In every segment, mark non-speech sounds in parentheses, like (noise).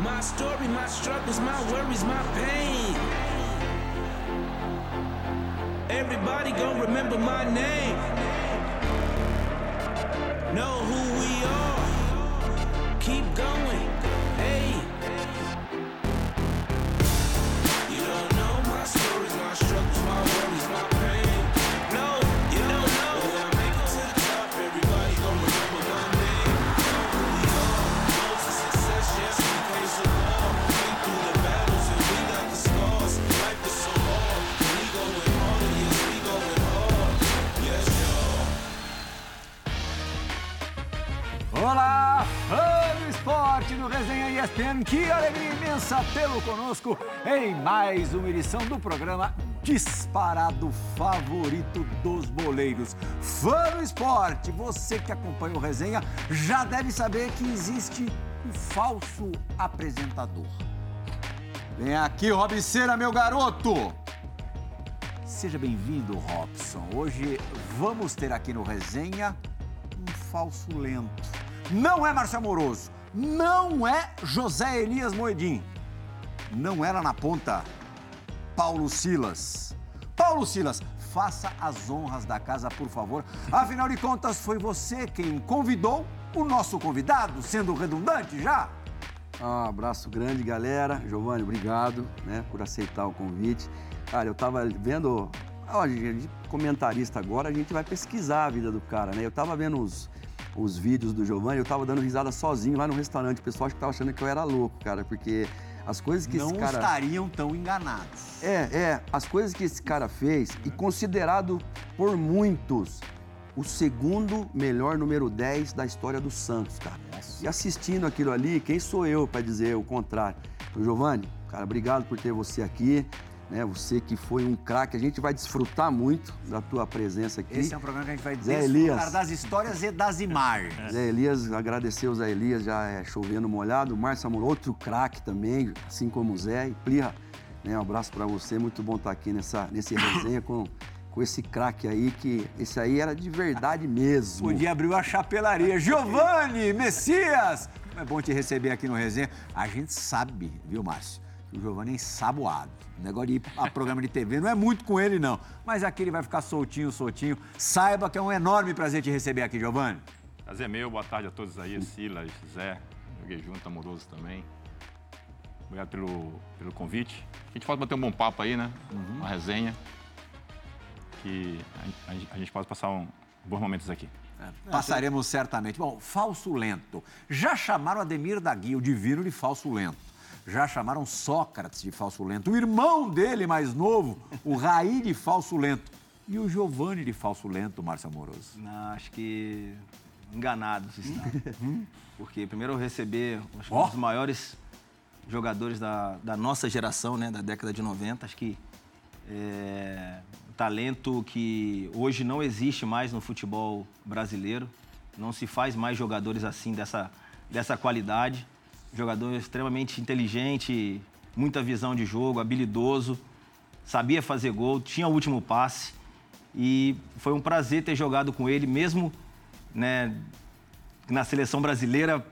My story, my struggles, my worries, my pain. Everybody gonna remember my name. Know who we are. Keep going. Hey. You don't know my stories, my struggles, my worries, my pain. No, you don't know. When I make it to the top, everybody gonna remember my name. Know who we are. Roads to success, yes, we face the wall. Came through the battles and we got the scars. Life is so hard. We going hard, yes, we going hard. Yes, y'all. Olá, fã do esporte do Resenha ESPN, que alegria imensa tê-lo conosco em mais uma edição do programa disparado favorito dos boleiros. Fã do esporte, você que acompanha o Resenha já deve saber que existe um falso apresentador. Vem aqui, Robiceira, meu garoto! Seja bem-vindo, Robson. Hoje vamos ter aqui no Resenha um falso lento. Não é Márcio Amoroso, não é José Elias Moedim, não era na ponta Paulo Silas. Paulo Silas, faça as honras da casa, por favor. Afinal de contas, foi você quem convidou o nosso convidado, sendo redundante já. Ah, abraço grande, galera. Giovanni, obrigado né, por aceitar o convite. Cara, eu tava vendo. Olha, gente, comentarista agora, a gente vai pesquisar a vida do cara, né? Eu tava vendo os, os vídeos do Giovanni, eu tava dando risada sozinho lá no restaurante. O pessoal acho que tava achando que eu era louco, cara, porque as coisas que não esse cara. estariam tão enganados. É, é, as coisas que esse cara fez e considerado por muitos o segundo melhor número 10 da história do Santos, cara. É E assistindo aquilo ali, quem sou eu pra dizer o contrário? Então, Giovanni, cara, obrigado por ter você aqui, né? Você que foi um craque, a gente vai desfrutar muito da tua presença aqui. Esse é um programa que a gente vai Zé desfrutar Elias. É. das histórias e das (laughs) imagens. Zé Elias, agradecer o Zé Elias, já é chovendo molhado. Márcio Amor, outro craque também, assim como o Zé. E Plirra, né, um abraço pra você, muito bom estar aqui nessa, nesse resenha com, com esse craque aí, que esse aí era de verdade mesmo. Podia abrir a chapelaria. Giovanni Messias! Como É bom te receber aqui no Resenha. A gente sabe, viu, Márcio? que O Giovanni é ensaboado. O negócio de ir a programa de TV não é muito com ele, não. Mas aqui ele vai ficar soltinho, soltinho. Saiba que é um enorme prazer te receber aqui, Giovanni. Prazer é meu, boa tarde a todos aí, Silas, Zé, joguei junto, amoroso também. Obrigado pelo, pelo convite. A gente pode bater um bom papo aí, né? Uma resenha. Que a, a gente- a gente pode passar um, bons momentos aqui. É. Passaremos certamente. Bom, falso lento. Já chamaram Ademir da Guia, o divino, de falso lento. Já chamaram Sócrates de falso lento. O irmão dele mais novo, o Raí de falso lento. E o Giovanni de falso lento, Márcio Amoroso. Não, acho que enganados está. Porque primeiro eu receber acho que Ó. um dos maiores jogadores da, da nossa geração, né? Da década de 90. Acho que é, um talento que hoje não existe mais no futebol brasileiro. Não se faz mais jogadores assim dessa, dessa qualidade. Jogador extremamente inteligente, muita visão de jogo, habilidoso, sabia fazer gol, tinha o último passe. E foi um prazer ter jogado com ele, mesmo né, na seleção brasileira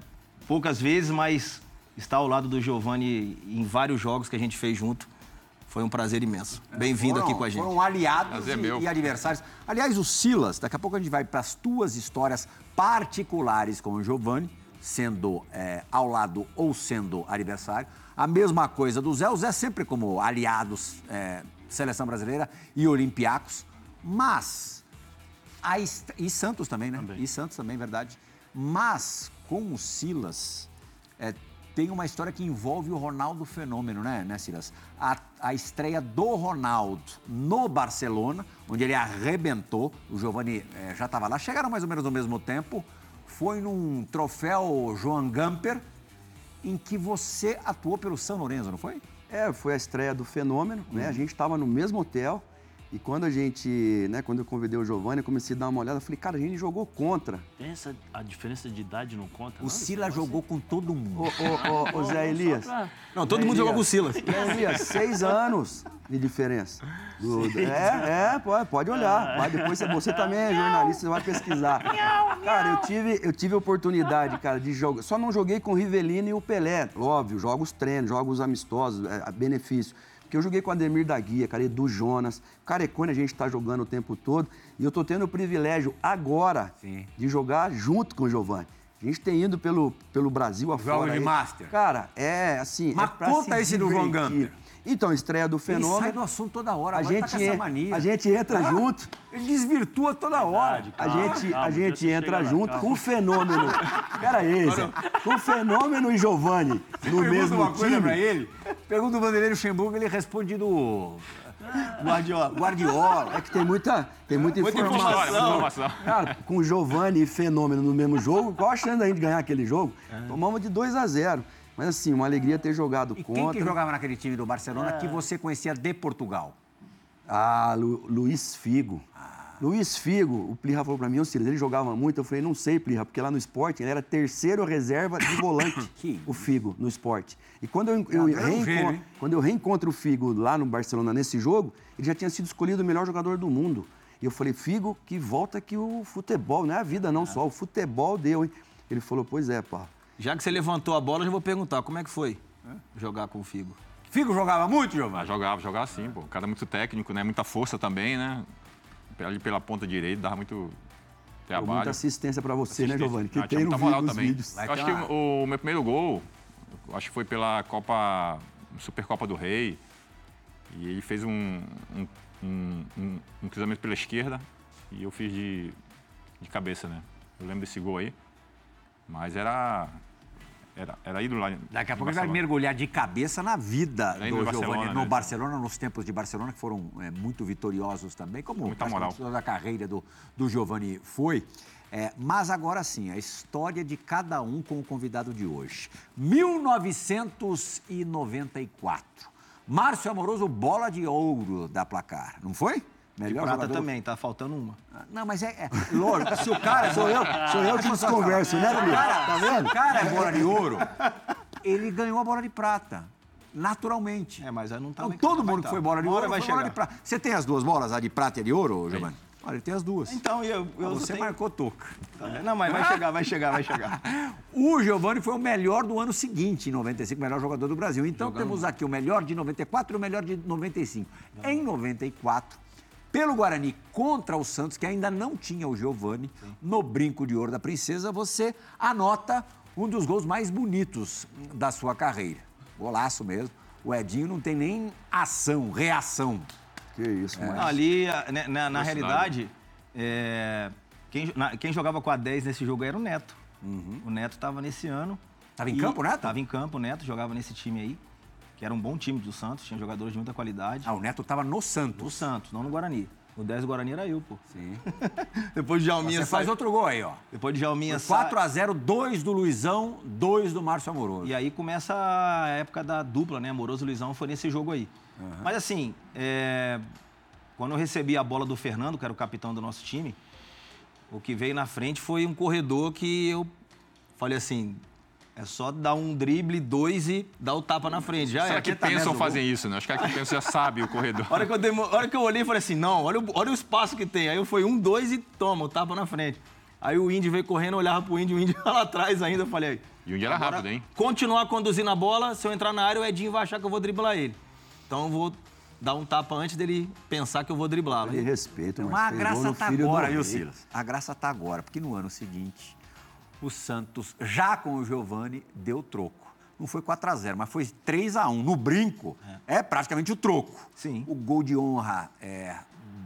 poucas vezes, mas estar ao lado do Giovani em vários jogos que a gente fez junto. Foi um prazer imenso. Bem-vindo Foram- aqui com a gente. Foram aliados Prazer e, meu. e adversários. Aliás, o Silas, daqui a pouco a gente vai para as tuas histórias particulares com o Giovanni, sendo eh, ao lado ou sendo adversário. A mesma coisa do Zé. O Zé sempre como aliados, eh, seleção brasileira e Olympiacos. Mas a est- E Santos também, né? E Santos também, verdade. Mas com o Silas, é, tem uma história que envolve o Ronaldo Fenômeno, né, né Silas? A, a estreia do Ronaldo no Barcelona, onde ele arrebentou, o Giovani é, já estava lá, chegaram mais ou menos no mesmo tempo. Foi num troféu Joan Gamper, em que você atuou pelo São Lourenço, não foi? É, foi a estreia do Fenômeno, né? A gente estava no mesmo hotel E quando a gente, né, quando eu convidei o Giovanni, eu comecei a dar uma olhada, eu falei, cara, a gente jogou contra. Pensa, a diferença de idade não conta, não? O Sila jogou com todo assim? Ô, mundo. ô, ô, ô, Zé Elias. Não, todo mundo jogou com o Silas. Zé Elias, seis anos de diferença. Do- é, é, pode, pode Ah. olhar. Mas depois você, você também é jornalista, você vai pesquisar. Cara, eu tive, eu tive oportunidade, cara, de jogar. Só não joguei com o Rivelino e o Pelé. Óbvio, jogos treinos, jogos amistosos, é, a benefício. Porque eu joguei com o Ademir da Guia, cara, Edu Jonas, Carecone a gente tá jogando o tempo todo. E eu tô tendo o privilégio agora de jogar junto com o Giovanni. A gente tem ido pelo, pelo Brasil afora. Jogos de aí. master. Cara, é assim. Mas é pra conta se esse do Van divertir. Gunter. Então, estreia do Ele sai do Fenômeno. assunto toda hora, A agora tá gente, é- com essa mania. a gente entra junto, Ele desvirtua toda hora. Verdade, a calma, gente, calma, a deixa gente eu entra chegar lá, junto calma. com o Fenômeno. Pera aí, Zé. Com o Fenômeno e Giovanni no Pergunta mesmo uma coisa time. pra ele. Pergunta o Vanderlei Luxemburgo, ele responde do Guardiola. Guardiola. É que tem muita, tem muita, Muita informação. história, muita informação. Cara, com o Giovanni e Fenômeno no mesmo jogo, qual a chance da gente ganhar aquele jogo? Tomamos de 2 a 0 Mas assim, uma alegria ter jogado E quem contra. que jogava naquele time do Barcelona que você conhecia de Portugal? Ah, Lu- Luiz Figo. Luiz Figo, o Plirra falou pra mim, ô Silas, ele jogava muito. Eu falei, não sei, Plirra, porque lá no esporte ele era terceiro reserva de volante, Que o Figo, no esporte. E quando eu, eu era um reenco- gênio, hein? quando eu reencontro o Figo lá no Barcelona nesse jogo, ele já tinha sido escolhido o melhor jogador do mundo. E eu falei, Figo, que volta que o futebol, não é a vida não só, o futebol deu, hein? Ele falou, pois é, pá. Já que você levantou a bola, eu já vou perguntar, como é que foi jogar com o Figo? Figo jogava muito, Ah, Giovanni? jogava, jogava sim, pô. O cara é muito técnico, né? Muita força também, né? Ali pela ponta direita, dava muito Deu trabalho. muita assistência pra você, né, Giovanni? Que Ah, tinha tem no muita vídeo, moral os também. vídeos. Eu acho que o, o meu primeiro gol, eu acho que foi pela Copa, Supercopa do Rei. E ele fez um, um, um, um, um cruzamento pela esquerda e eu fiz de, de cabeça, né? Eu lembro desse gol aí. Mas era. Era, era ídolo lá. Daqui a em pouco ele vai Barcelona. mergulhar de cabeça na vida Além do do Barcelona, Giovanni no né? Barcelona, nos tempos de Barcelona, que foram é, muito vitoriosos também, como Muita praticamente moral. toda a carreira do, do Giovanni foi. É, mas agora sim, a história de cada um com o convidado de hoje. 1994. Márcio Amoroso, bola de ouro da placar, não foi? Melhor Prata jogador- também, tá faltando uma. Não, mas é, é lógico, se o cara. Sou eu, sou eu que desconverso, né, Danilo? Cara, Tá vendo? O cara é (laughs) bola de ouro, ele ganhou a bola de prata. Naturalmente. É, mas aí não tá então, nem- todo vai mundo que tá. foi bola de Uma hora ouro vai foi bola de chegar. prata. Você tem as duas bolas, a de prata e a de ouro, Giovanni? Olha, ele tem as duas. Então, eu, Ah, eu você tenho- marcou toca. Tá vendo? Não, mas vai chegar, vai chegar, vai chegar. O Giovanni foi o melhor do ano seguinte, em 95, o melhor jogador do Brasil. Então temos aqui o melhor de 94 e o melhor de 95. Em 94, pelo Guarani contra o Santos, que ainda não tinha o Giovanni, no brinco de ouro da princesa, você anota um dos gols mais bonitos da sua carreira. Golaço mesmo. O Edinho não tem nem ação, reação. Que isso, mano. Não, ali, a- né, na, na realidade, é, quem, jo- na- quem jogava com a 10 nesse jogo era o Neto. O Neto estava nesse ano. Uhum. Tava em campo, o Neto? Tava em campo, o Neto jogava nesse time aí, que era um bom time do Santos, tinha jogadores de muita qualidade. Ah, o Neto estava no No Santos. Santos, não no Guarani. O 10 do Guarani era eu, pô. (laughs) Sim. Depois de Jalminha Você sai. faz outro gol aí, ó. Depois de Jalminha sai. 4x0, 2 do Luizão, 2 do Márcio Amoroso. E aí começa a época da dupla, né? Amoroso e Luizão foi nesse jogo aí. Mas assim, é, quando eu recebi a bola do Fernando, que era o capitão do nosso time, o que veio na frente foi um corredor que eu falei assim: é só dar um drible, dois e dar o tapa na frente. Já Será é. que pensam fazem isso, né? Acho que aqui pensam já sabe o corredor. A hora, que eu demo- a hora que eu olhei, eu falei assim: não, olha o, olha o espaço que tem. Aí eu fui um, dois e toma, o tapa na frente. Aí o índio veio correndo, eu olhava pro índio, (laughs) o índio lá atrás ainda. Eu falei: E o dia era Agora, rápido, hein? Continuar conduzindo a bola, se eu entrar na área, o Edinho vai achar que eu vou driblar ele. Então eu vou dar um tapa antes dele pensar que eu vou driblá-lo. Ele respeita, Então, a mas pegou graça no tá filho do agora, rei. viu, Silas? A graça tá agora, porque no ano seguinte, o Santos, já com o Giovani, deu troco. Não foi 4x0, mas foi 3x1. No brinco, é, praticamente o troco. Sim. O gol de honra é,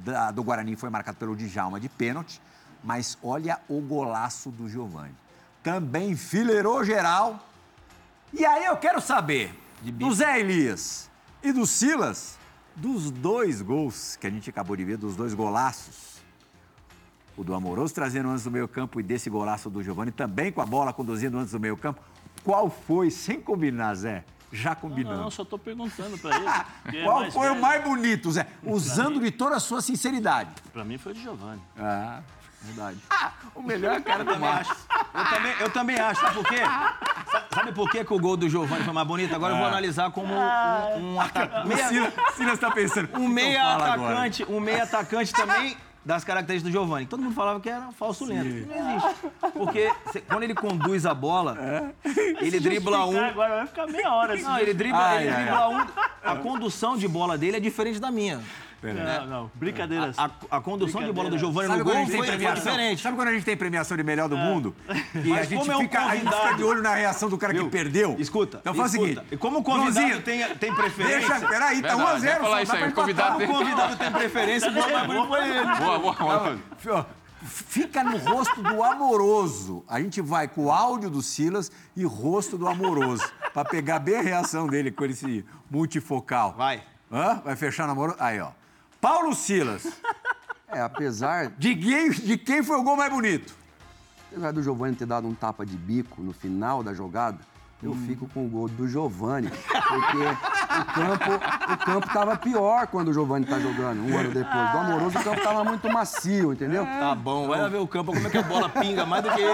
da- do Guarani foi marcado pelo Djalma de pênalti, mas olha o golaço do Giovani. Também enfileirou geral. E aí eu quero saber do Zé Elias e do Silas, dos dois gols que a gente acabou de ver, dos dois golaços. O do Amoroso trazendo antes do meio campo e desse golaço do Giovani também com a bola conduzindo antes do meio campo. Qual foi, sem combinar, Zé, já Não, combinamos. não, só tô perguntando (laughs) pra ele. porque é Qual mais foi o velho. mais bonito, Zé? Usando de toda a sua sinceridade. Pra mim foi o de Giovanni. Verdade. O melhor cara do também acho. Eu também, eu também acho, sabe por quê? Sa- Sabe por quê que o gol do Giovani foi mais bonito? Agora eu vou analisar como um, um atacante. Silas, Silas tá pensando. Um meia então fala agora. atacante, um meia atacante também das características do Giovani. Todo mundo falava que era um falso lento. Não existe. Porque cê- quando ele conduz a bola, ele dribla um. Cara, agora vai ficar meia hora assim. Não, ele dribla, Ai, ele ai, dribla um. A condução de bola dele é diferente da minha. Não, não, brincadeira assim. né? A, a condução de bola do Giovani Sabe no quando, a gol gente tem foi, foi premiação? diferente. É. Sabe quando a gente tem premiação de melhor do mundo? E a Mas gente, como é um fica, a gente fica de convidado- olho na reação do cara que Viu? perdeu. Escuta. Então faz o escuta. seguinte. E como o convidado Luzinho, tem, tem preferência. Deixa, peraí, tá um Verdade, 1 a 0 vai falar só isso dá aí, pra convidado empatar. O convidado tem preferência, o gol mais bonito foi ele. Boa, boa, boa. Fi- ó, Fica no rosto do amoroso. A gente vai com o áudio do Silas e rosto do amoroso. Pra pegar bem a reação dele com esse multifocal. Vai. Hã? Vai fechar namoro? Aí, ó. Paulo Silas, É, apesar de quem, de quem foi o gol mais bonito? Apesar do Giovani ter dado um tapa de bico no final da jogada, eu Hum. fico com o gol do Giovani, porque o campo, o campo tava pior quando o Giovani tá jogando, um ano depois. Do Amoroso, o campo tava muito macio, entendeu? É. Tá bom, vai lá ver o campo, como é que a bola pinga mais do que. é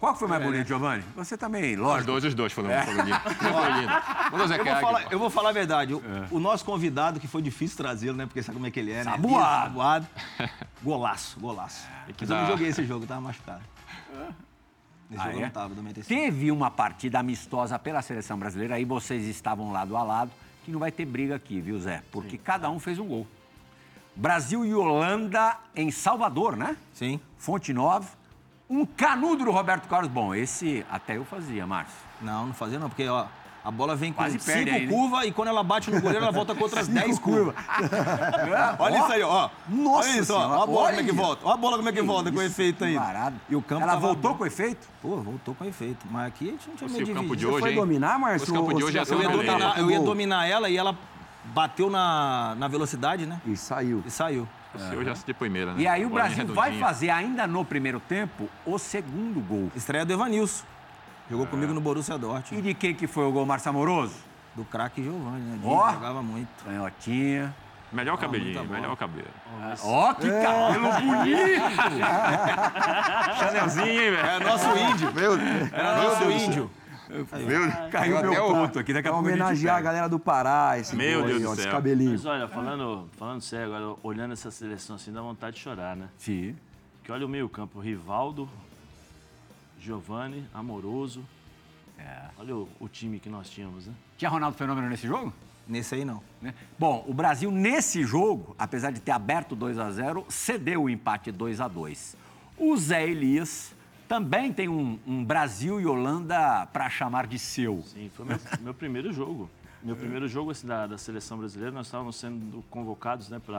Qual que foi o mais bonito, Giovanni? Você também, Os lógico. dois, os dois foram, foram lindos. Foram (laughs) lindos. Mandou Zé É. Eu vou, é, Craque, falar, pô. eu vou falar a verdade. O, o nosso convidado, que foi difícil trazê-lo, né? Porque sabe como é que ele é, né? Sabuado. (laughs) Sabuado. Golaço, golaço. É Mas eu dá- não joguei esse jogo, eu tava machucado. Nesse Ah, jogo é? eu não tava, também tem sido. Teve uma partida amistosa pela seleção brasileira, aí vocês estavam lado a lado, que não vai ter briga aqui, viu, Zé? Porque cada um fez um gol. Brasil e Holanda em Salvador, né? Sim. Fonte Nova. Um canudo do Roberto Carlos. Bom, esse até eu fazia, Márcio. Não, não fazia não, porque ó, a bola vem com Quase perde cinco aí, né? curvas e quando ela bate no goleiro, ela volta com outras dez curvas. Olha isso aí, ó. Nossa Olha isso, ó. Senhora, Olha a bola como é que olha. volta. Olha a bola como é que volta com efeito aí. Parado. E o campo Ela tava- voltou com efeito? Pô, voltou com efeito. Mas aqui a gente não tinha Se medo o de campo de vídeo. hoje, foi hein? dominar, Márcio, Os campo ou de hoje é você já ia ser Eu ia, uma beleza. dominar, eu ia Gol. dominar ela e ela bateu na, na velocidade, né? E saiu. E saiu. Se hoje ia ser de primeira, né? E aí o Bolinha Brasil vai redondinha. fazer, ainda no primeiro tempo, o segundo gol. Estreia do Evanilson. Jogou É. comigo no Borussia Dortmund. E de quem que foi o gol, Márcio Amoroso? Do craque Giovanni, né? Ó. Jogava muito. Canhotinha. Melhor muita cabelinho, bola. melhor cabelo. Ó, que É. cabelo bonito! (laughs) Chanelzinho, hein, velho? É nosso índio. Era nosso índio. Caiu meu o- ponto aqui, daqui a é Pra pouco eu te é homenagear a pego. galera do Pará, esse Meu gol aí, Deus do ó, esse céu. cabelinho. Mas olha, falando, falando sério, agora, olhando essa seleção assim, dá vontade de chorar, né? Sim. Que olha o meio-campo, Rivaldo, Giovanni, Amoroso. É. Olha o, o time que nós tínhamos, né? Tinha Ronaldo Fenômeno nesse jogo? Nesse aí não. né? Bom, o Brasil nesse jogo, apesar de ter aberto 2 a 0, cedeu o empate 2 a 2. O Zé Elias também tem um, um Brasil e Holanda para chamar de seu. Sim, foi meu, (laughs) meu primeiro jogo. Meu primeiro jogo assim, da, da seleção brasileira, nós estávamos sendo convocados né, para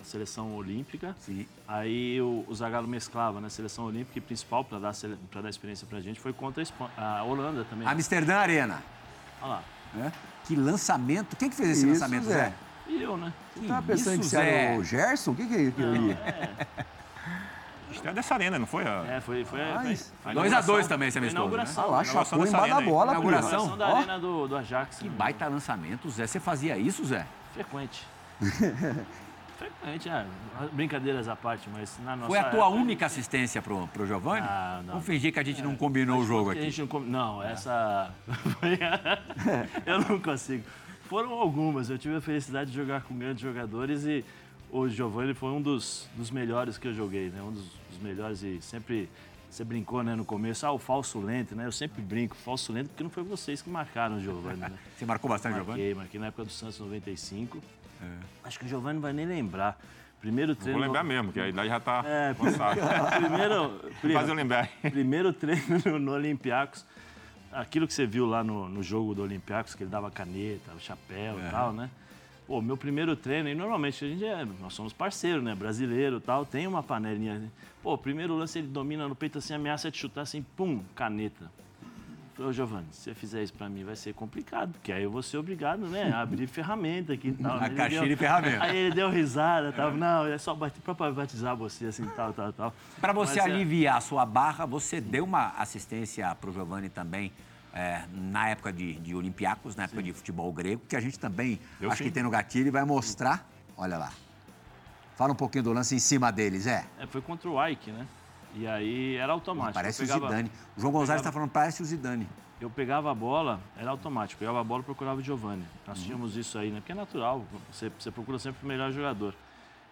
a seleção olímpica. Sim. Aí o, o Zagallo mesclava, né? Seleção olímpica e principal para dar, sele- pra dar experiência para a gente foi contra a, Espa- a Holanda também. Amsterdã Arena. Olha lá. né? Que lançamento! Quem que fez esse Isso, lançamento, Zé? Zé. E eu, né? Você tava Tá pensando é isso, que você era Zé? Hum. o Gerson? O que que é aquilo ali? Estreia dessa arena, não foi? A... É, foi. foi, foi, Mas- foi 2 a 2 também esse amistoso. foi Né? inauguração. Ah lá, né? chapou dessa embaixo da arena aí. bola, pô. Inauguração. Inauguração da Ó. arena do, do Ajax. né? Baita lançamento, Zé. Você fazia isso, Zé? Frequente. (laughs) Frequente, é. Brincadeiras à parte, mas na nossa. Foi a tua época, única assistência pro, pro Giovanni? é, Ah, não. Vamos fingir que a gente não combinou o jogo que a aqui. gente não, come- não essa. (laughs) foi a- eu não consigo. Foram algumas. Eu tive a felicidade de jogar com grandes jogadores e o Giovanni foi um dos, dos melhores que eu joguei, né? Um dos, dos melhores e sempre. Você brincou né, no começo, ah, o falso lento, né? Eu sempre brinco, falso lento, porque não foi vocês que marcaram o Giovanni, né? Você marcou bastante, É Giovanni? Marquei, marquei na época do Santos 95. Acho que o Giovanni não vai nem lembrar. Primeiro treino. Vou lembrar mesmo, que a idade já tá (laughs) É, (laughs) avançada. primeiro, Faz eu primeiro, lembrar. (laughs) primeiro treino no, no Olympiacos. Aquilo que você viu lá no, no jogo do Olympiacos, que ele dava caneta, chapéu É. e tal, né? Pô, meu primeiro treino, e normalmente a gente é, nós somos parceiros, né? Brasileiro e tal, tem uma panelinha. né? Pô, primeiro lance ele domina no peito assim, ameaça de chutar assim, pum, caneta. Falei, ô Giovanni, se você fizer isso pra mim vai ser complicado, porque aí eu vou ser obrigado, né? A abrir ferramenta aqui e (laughs) tal. né? Ele caixinha deu- de ferramenta. Aí ele deu (laughs) risada, tal. Não, é só bat- pra batizar você, assim, tal, tal, tal. Para você Mas, é, aliviar a sua barra, você deu uma assistência pro Giovanni também é, na época de, de Olympiacos, na época de futebol grego, que a gente também Eu acho sim. que tem no gatilho e vai mostrar. Olha lá. Fala um pouquinho do lance em cima deles, é. É, foi contra o Ike, né? E aí era automático. Parece Eu pegava- o Zidane. O João Gonzalez pegava- está falando, parece o Zidane. Eu pegava a bola, era automático. Eu pegava a bola e procurava o Giovanni. Nós Hum. tínhamos isso aí, né? Porque é natural. Você, você procura sempre o melhor jogador.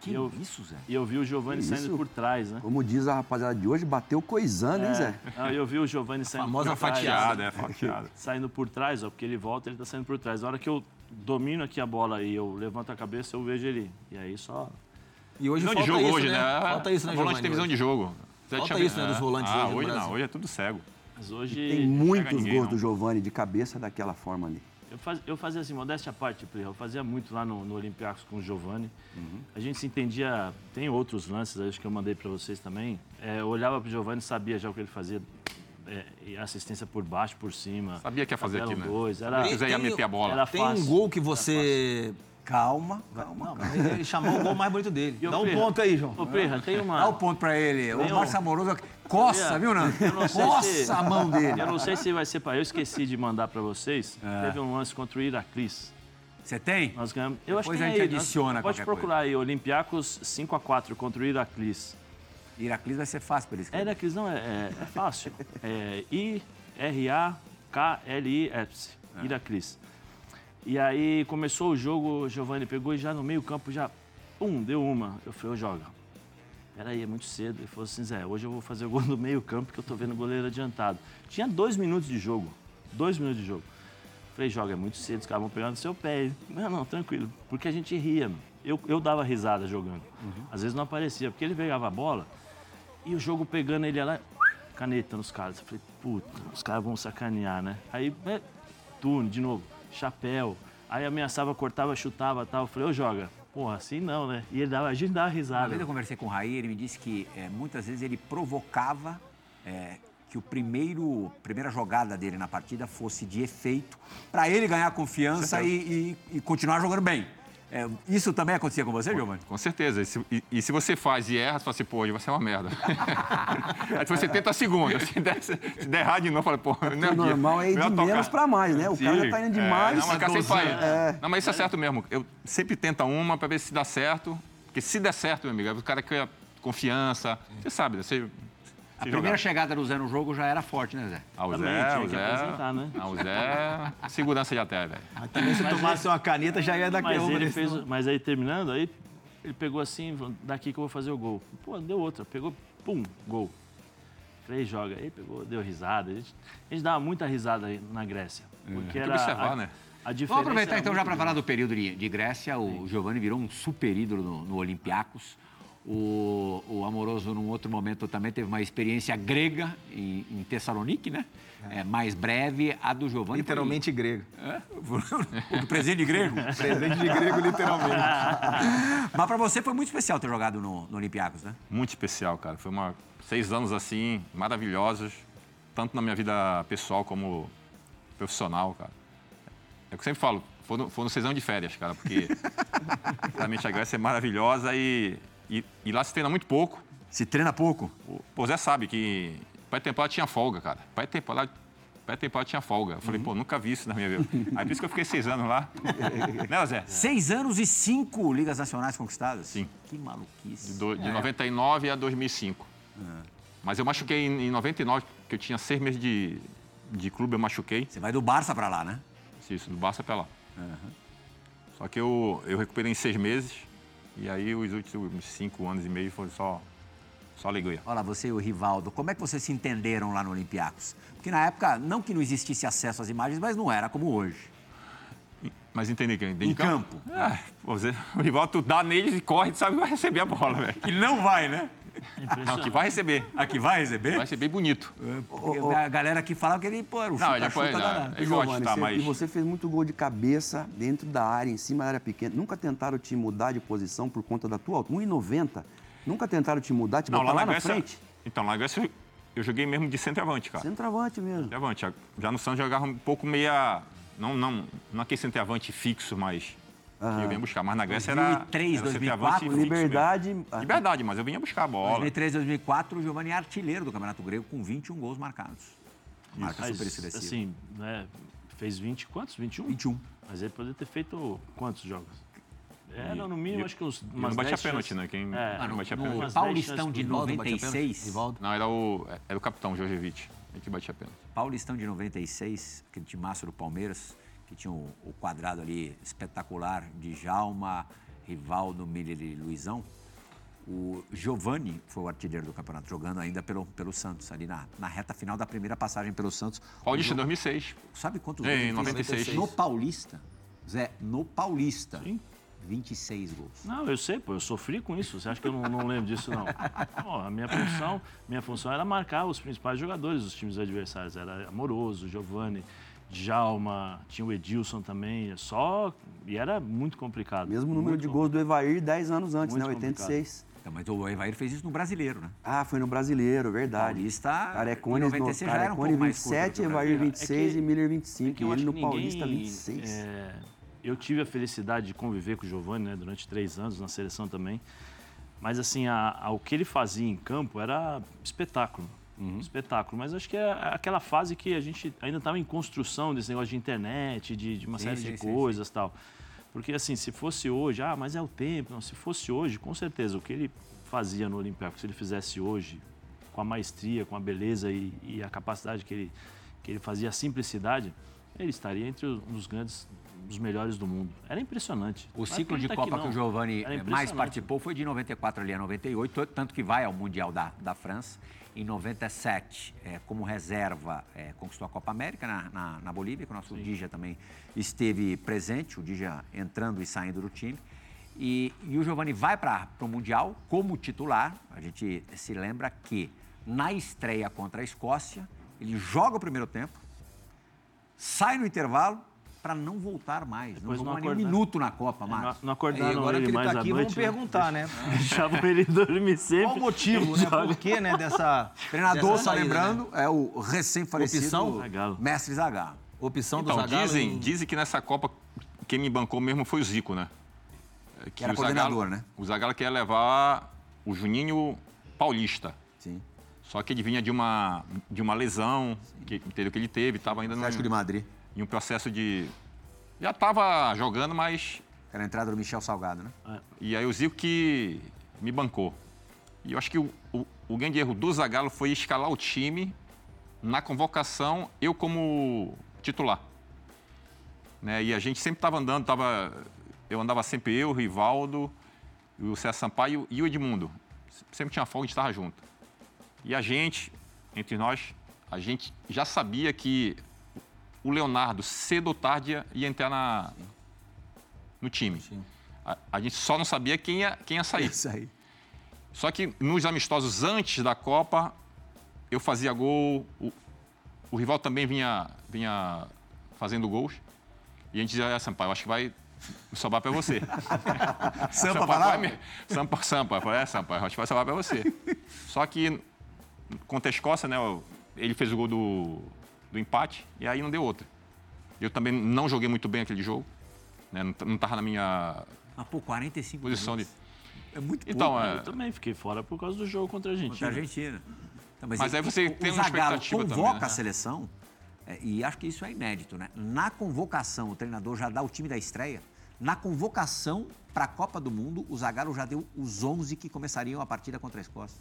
Que e eu, isso, Zé? E eu vi o Giovanni Que saindo isso? por trás, né? Como diz a rapaziada de hoje, bateu coisando, É. hein, Zé? Ah, Eu vi o Giovanni saindo famosa por trás. fatiada. (laughs) Fatiado, é, fatiado. Saindo por trás, ó, porque ele volta, ele tá saindo por trás. Na hora que eu domino aqui a bola e eu levanto a cabeça, eu vejo ele. E aí só. E hoje Visão falta de jogo isso, hoje, né? Falta isso, né, O volante Giovanni, tem visão hoje? de jogo. Zé Falta Xavier- isso, né, dos É. volantes ah, hoje no hoje Brasil. não, hoje é tudo cego. Mas hoje. Tem muitos ninguém, gols não. do Giovani de cabeça daquela forma ali. Eu, faz- eu fazia assim, modéstia à parte, Plirra, eu fazia muito lá no, no Olympiacos com o Giovanni. Uhum. A gente se entendia, tem outros lances, acho que eu mandei para vocês também. É, eu olhava pro Giovanni e sabia já o que ele fazia. É, e assistência por baixo, por cima. Sabia que ia fazer Eram aqui, né? dois, Se era, ele quiser ia Tem- meter a bola. era Tem um fácil. gol Tá que você. Calma, calma. Não, mas ele chamou o gol mais bonito dele. eu Dá um fiz. ponto aí, João. Ô, Plirra, tem uma... Ah. Dá o ponto pra ele. O Márcio Amoroso coça, Sabia? viu, Nando? Eu não sei Coça se- a mão dele. Eu não sei se vai ser para... Eu esqueci de mandar para vocês. É. Teve um lance contra o Iraclis. Você tem? Nós ganhamos. Eu acho Depois que a é gente ele, né? adiciona Pode qualquer procurar aí, Olympiacos 5x4 contra o Iraclis. Iraclis vai ser fácil pra ele É escrever. Heracles, não, é, é- é fácil. É I-R-A-K-L-I-S. Iraclis. E aí começou o jogo, o Giovanni pegou e já no meio-campo já. Pum, deu uma. Eu falei, ô, joga. Peraí, é muito cedo. Ele falou assim, Zé, hoje eu vou fazer o gol no meio-campo que eu tô vendo o goleiro adiantado. Tinha dois minutos de jogo. Dois minutos de jogo. Falei, joga, é muito cedo, os caras vão pegar no seu pé. Ele, Não, não, tranquilo. Porque a gente ria, mano. Eu, eu dava risada jogando. Às vezes não aparecia, porque ele pegava a bola e o jogo pegando ele lá, caneta nos caras. Eu falei, puta, os caras vão sacanear, né? Aí, é, turno, de novo, chapéu. Aí ameaçava, cortava, chutava tal. Eu falei, ô, joga. Porra, assim não, né? E ele dava, a gente dava Uma risada. vez eu conversei com o Raí, ele me disse que eh, muitas vezes ele provocava eh, que o primeiro primeira jogada dele na partida fosse de efeito pra ele ganhar confiança e, e- e continuar jogando bem. Eh, isso também acontecia com você, Giovanni? Com certeza. E se, e- e se você faz e erra, você fala assim, pô, hoje vai ser uma (laughs) merda. Aí você tenta a segunda. Se der, se der errado de novo, fala, pô, não é O o dia. normal é ir Não de tocar. menos pra mais, né? O cara já tá indo de mais. É, não, mas cara, sempre faz. Não, mas isso é certo mesmo. Eu sempre tento uma pra ver se dá certo. Porque se der certo, meu amigo, é o cara que é confiança. Você sabe, né? Você, A primeira chegada do Zé no jogo já era forte, né, Zé? Ah, o Também, Zé, tinha o que Zé. apresentar, né? Ah, o Zé. Segurança de até, velho. Também se tomasse uma caneta já ia dar Mas crioulo ele nesse né? fez. Mas aí terminando, aí ele pegou assim, falou, daqui que eu vou fazer o gol. Pô, deu outra. Pegou, pum, gol. Falei, joga. Aí pegou, deu risada. A gente, a gente dava muita risada aí na Grécia. É. Porque era. observar, a, né? a diferença Vamos aproveitar era então já para muito falar do período de, de Grécia. O Giovani virou um super ídolo no, no Olympiacos. O, o Amoroso, num outro momento, também teve uma experiência grega em, em Tessaloniki, né? É, mais breve, a do Giovani. Literalmente grego. (laughs) o presente grego. Presente de grego, literalmente. (laughs) Mas para você foi muito especial ter jogado no, no Olympiacos, né? Muito especial, cara. Foi uma seis anos assim maravilhosos, tanto na minha vida pessoal como profissional, cara. É o que eu sempre falo, foram, foram seis anos de férias, cara, porque (laughs) realmente a Grécia é maravilhosa e, e, e lá se treina muito pouco. Se treina pouco. O- Pô, Zé sabe que pré-temporada tinha folga, cara. Pré-temporada pré-temporada tinha folga. Eu Uhum. falei, pô, nunca vi isso na minha vida. (laughs) Aí por isso que eu fiquei seis anos lá. né, Zé? Seis anos e cinco ligas nacionais conquistadas? Sim. Que maluquice. Do- de 99 a 2005. É. Mas eu machuquei em, em 99, porque eu tinha seis meses de, de clube, eu machuquei. Você vai do Barça para lá, né? Isso, do Barça até lá. Uhum. Só que eu, eu recuperei em seis meses. E aí os últimos cinco anos e meio foram só, só alegria. Olha, você e o Rivaldo, como é que vocês se entenderam lá no Olympiacos? Porque na época, não que não existisse acesso às imagens, mas não era como hoje. Mas entender que dentro Em campo. É, pô, (laughs) você, o rival, tu dá neles e corre, tu sabe que vai receber a bola, velho. Que não vai, né? Não, que vai receber. Aqui vai receber? Vai receber bonito. A galera que falava que ele, pô, era um Não, ele chuta, foi. chuta Não, danado. ele gosta de Giovani, chutar, você- tá, mas. E você fez muito gol de cabeça dentro da área, em cima da área pequena. Nunca tentaram te mudar de posição por conta da tua altura? 1,90. Nunca tentaram te mudar, te Não, botar lá lá tá na na Grécia. frente? Então, lá na Grécia eu- eu joguei mesmo de centroavante, cara. Centroavante mesmo. Centroavante. Já no Santos jogava um pouco meia. Não, não, não aquele centroavante fixo, mas. Que eu vinha buscar. Mas na Grécia era. 2003, era 2004, centroavante fixo Liberdade. ah, mesmo. Liberdade, mas eu vinha buscar a bola. 2003, 2004, o Giovanni é artilheiro do Campeonato Grego com 21 gols um marcados. Marca Mas, super expressiva. Assim, né, fez 20 quantos? 21? 21. Mas ele poderia ter feito quantos jogos? Era, no mínimo, e- acho que uns. E não umas batia 10 pênalti, chances. né? Quem É. não batia no- pênalti. Umas Paulistão dez de chances. Rivaldo batia pênalti? 96. Rivaldo. Não, era o, é, era o capitão, Jorgevic. Ele que batia pênalti. Paulistão de 96, aquele timaço do Palmeiras, que tinha o, o quadrado ali espetacular de Jalma, Rivaldo, Miller e Luizão. O Giovani foi o artilheiro do campeonato, jogando ainda pelo, pelo Santos, ali na, na reta final da primeira passagem pelo Santos. Paulista 2006. Sabe quantos É, gols em ele fez? 96. No Paulista, Zé, no Paulista, 26 gols. Não, eu sei, pô, eu sofri com isso. Você acha que eu não, não lembro disso, (laughs) não? Ó, a minha função, minha função era marcar os principais jogadores dos times adversários. Era Amoroso, Giovanni, Djalma, tinha o Edilson também. é Só. E era muito complicado. Mesmo número Muito de gols do Evair 10 anos antes, Muito né? 86. Então, mas o Evair fez isso no brasileiro, né? Ah, foi no Brasileiro, verdade. Paulista, Carecone, em no, 96 já era um Carecone pouco mais curto 27, do que o Evair brasileiro. É 26 que- e Miller É 25. que eu e ele acho no que Paulista ninguém, 26. é, eu tive a felicidade de conviver com o Giovani né, durante três anos na seleção também. Mas assim, a- a- o que ele fazia em campo era espetáculo. Uhum. Espetáculo. Mas acho que é aquela fase que a gente ainda estava em construção desse negócio de internet, de, de uma série sim, de sim, coisas e tal. Porque assim, se fosse hoje, ah, mas é o tempo. Não, se fosse hoje, com certeza, o que ele fazia no Olympiacos, se ele fizesse hoje, com a maestria, com a beleza e, e a capacidade que ele, que ele fazia, a simplicidade, ele estaria entre os, um dos grandes, um dos melhores do mundo. Era impressionante. O ciclo tá de Copa que o Giovani eh, mais participou foi de 94 ali a 98, tanto que vai ao Mundial da, da França. Em 97, eh, como reserva, eh, conquistou a Copa América na, na, na Bolívia, que o nosso Dija também esteve presente, o Dija entrando e saindo do time. E, e o Giovani vai para o Mundial como titular. A gente se lembra que na estreia contra a Escócia, ele joga o primeiro tempo, sai no intervalo para não voltar mais. Depois não não jogar nem um acordar. minuto na Copa, Não, Marcos. E não acordaram agora ele que ele mais tá aqui, à vamos noite. (laughs) perguntar, né? Deixavam ele dormir sempre. Qual o motivo, né? Por que, né, dessa. Treinador, dessa só saída, lembrando, né? é o recém-falecido Opção? Zagallo. Mestre Zagallo. Opção do Então, Zagallo dizem, em- dizem que nessa Copa quem me bancou mesmo foi o Zico, né? É, Que, era o Zagallo- coordenador, né? O Zagallo quer levar o Juninho Paulista. Sim. Só que ele vinha de uma, de uma lesão, que, entendeu? Que ele teve, estava ainda num, Atlético de Madrid. em um processo de... Já estava jogando, mas... Era a entrada do Michel Salgado, né? E aí o Zico que me bancou. E eu acho que o, o, o grande erro do Zagallo foi escalar o time na convocação, eu como titular. Né? E a gente sempre estava andando, tava, eu andava sempre eu, o Rivaldo, o César Sampaio e o Edmundo. Sempre tinha folga, a gente estava junto. E a gente, entre nós, a gente já sabia que o Leonardo, cedo ou tarde, ia- ia entrar na, no time. A, a gente só não sabia quem ia, quem ia sair. Isso aí. Só que nos amistosos antes da Copa, eu fazia gol, o, o rival também vinha, vinha fazendo gols. E a gente dizia, ah, Sampaio, acho que vai sobrar pra você. (laughs) Sampa Sampaio, falava? vai me- Sampa, Sampa. Eu falei, é, Sampaio, acho que vai sobrar pra você. Só que contra a Escócia, né, ele fez o gol do, do empate e aí não deu outra. Eu também não joguei muito bem aquele jogo, né, não, t- não tava na minha Mas, Ah, pô, 45 posição de... minutos. É muito pouco. Então, é, Eu também fiquei fora por causa do jogo contra a Contra a Argentina. Argentina. Então, Mas aí você tem o uma Zagallo expectativa também, convoca né? a seleção, é, e acho que isso é inédito, né? Na convocação, o treinador já dá o time da estreia. Na convocação para a Copa do Mundo, o Zagallo já deu os 11 que começariam a partida contra a Escócia.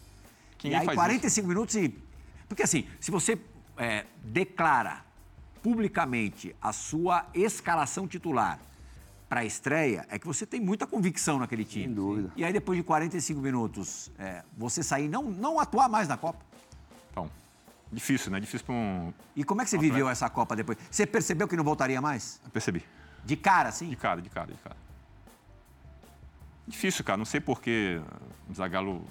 Quem e aí, faz isso? 45 minutos e. Porque assim, se você é, declara publicamente a sua escalação titular para a estreia, é que você tem muita convicção naquele time. Sem dúvida. E aí, depois de 45 minutos, é, você sair e não, não atuar mais na Copa. Então, difícil, né? Difícil pra um... E como é que você viveu essa Copa depois? Você percebeu que não voltaria mais? Percebi. De cara, assim? De cara, de cara, de cara. Difícil, cara. Não sei porquê o Zagallo...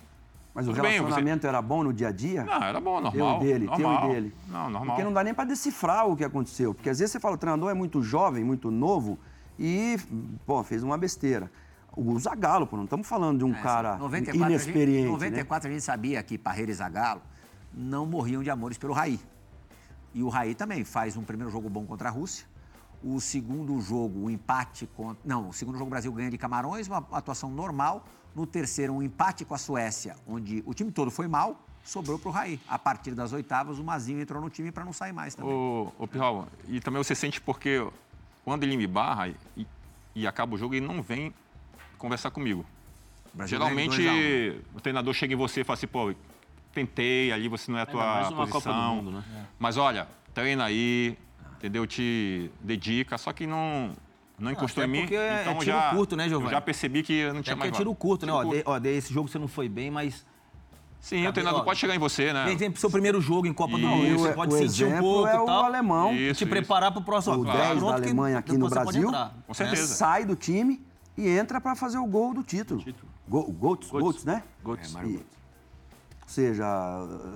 Mas o Tudo bem, você- relacionamento era bom no dia a dia? Não, era bom, Teu normal. e dele, teu normal. e dele. Não, normal. Porque não dá nem pra decifrar o que aconteceu. Porque às vezes você fala, o treinador é muito jovem, muito novo e, pô, fez uma besteira. O Zagallo, pô, não estamos falando de É, um cara A gente, inexperiente. né? 94 a gente sabia que Parreira e Zagallo não morriam de amores pelo Raí. E o Raí também faz um primeiro jogo bom contra a Rússia. O segundo jogo, o empate contra. Não, o segundo jogo o Brasil ganha de Camarões, uma atuação normal. No terceiro, um empate com a Suécia, onde o time todo foi mal. sobrou para o Raí. A partir das oitavas, o Mazinho entrou no time para não sair mais também. Ô, ô Pirral, e também você sente porque quando ele me barra e, e acaba o jogo, ele não vem conversar comigo. Brasil ganha de Geralmente dois a um. o treinador chega em você e fala assim, pô, tentei ali, você não é a tua mais uma posição. É. Copa do Mundo, né? Mas olha, treina aí, entendeu? Te dedica, só que não, não encostou até em mim. porque é então tiro já, curto, né, Eu Giovanni? já percebi que eu não É tinha porque é mais tiro vaga. curto, né? Ó, dei- ó, dei esse jogo você não foi bem, mas. Sim, Tá o treinador bem, ó. pode chegar em você, né? Tem tempo seu primeiro jogo em Copa do Isso. Mundo. Você O- pode o sentir um exemplo pouco é e o tal, alemão, e Isso, te preparar para o próximo. o Claro. 10 da Pronto, que Alemanha aqui no depois você pode Brasil, entrar, Com né? certeza. sai do time e entra para fazer o gol do título. Gol, Goats, Goats, né? Goats. E- Ou seja,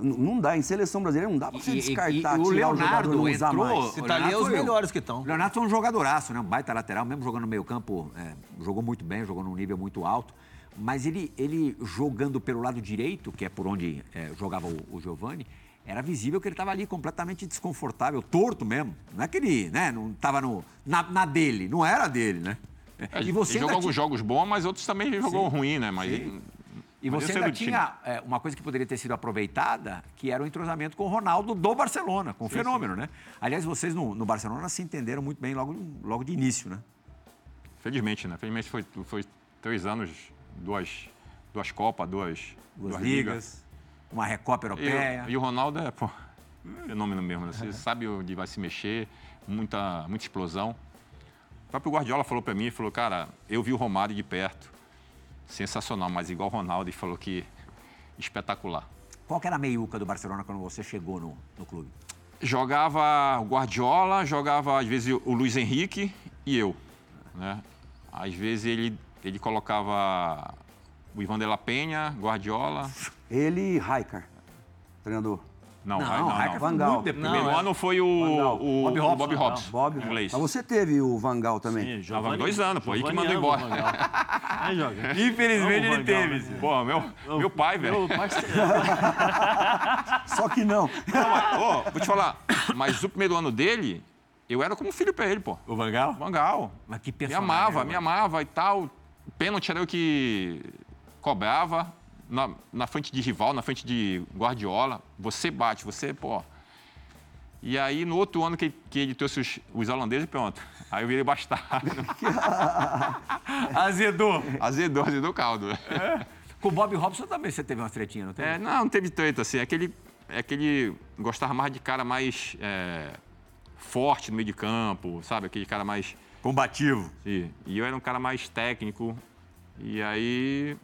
n- não dá, em seleção brasileira não dá para você E- e- descartar, e tirar o jogador não usar mais. Se tá ali, é os foi o- melhores que estão. O Leonardo foi um jogadoraço, né? Um baita lateral, mesmo jogando no meio campo, é, jogou muito bem, jogou num nível muito alto. Mas ele, ele jogando pelo lado direito, que é por onde é, jogava o, o Giovani, era visível que ele estava ali completamente desconfortável, torto mesmo. Não é que ele, né? Não estava no, na, na dele, não era dele, né? É, E você ainda ele jogou alguns tinha- jogos bons, mas outros também jogou ruim, né? Mas ele- E mas você ele saiu ainda do time. tinha é, uma coisa que poderia ter sido aproveitada, que era o entrosamento com o Ronaldo do Barcelona, com o fenômeno, né? Aliás, vocês no, no Barcelona se entenderam muito bem logo, logo de início, né? Felizmente, né? Felizmente foi, foi três anos, duas, duas Copas, duas, Duas ligas, uma Recopa E, o- Europeia. e o Ronaldo é, pô, fenômeno mesmo, né? É. Você sabe onde vai se mexer, muita, muita explosão. O próprio Guardiola falou pra mim, falou, cara, eu vi o Romário de perto, sensacional, mas igual o Ronaldo, e falou que espetacular. Qual que era a meiuca do Barcelona quando você chegou no, no clube? Jogava o Guardiola, jogava às vezes o Luiz Henrique e eu. Né? Às vezes ele, ele colocava o Ivan de la Penha, Guardiola. Ele e Raikar, treinador. Não, Não, aí o Raikkonen foi não, não. Van muito Gaal. depois. Primeiro ano foi o, o Bob Robson. Bob Robson, Bob, inglês. mas você teve o Vangal também. Sim, Tava dois anos, pô, aí que Giovani mandou ama embora. o Van Gaal. Aí joga. Infelizmente Vamos, ele Van Gaal, teve, né? Zé. Pô, meu, meu pai, velho. Meu parceiro. Só que não. Não, mas, ó, vou te falar, mas o primeiro ano dele, eu era como um filho pra ele, pô. O Vangal? Mangal. Mas que Me personagem. amava, né, me mano? amava e tal. Pênalti era eu que cobrava na, na frente de rival, na frente de Guardiola. Você bate, você, pô. E aí, no outro ano que, que ele trouxe os, os holandeses, pronto. Aí eu virei bastardo. (laughs) Azedou. Azedou, azedou o caldo. Com o Bob Robson também você teve uma tretinha, não teve? É, não, não teve treta, assim. É que ele, é que ele gostava mais de cara mais é, forte no meio de campo, sabe? Aquele cara mais... Combativo. E, e eu era um cara mais técnico. E aí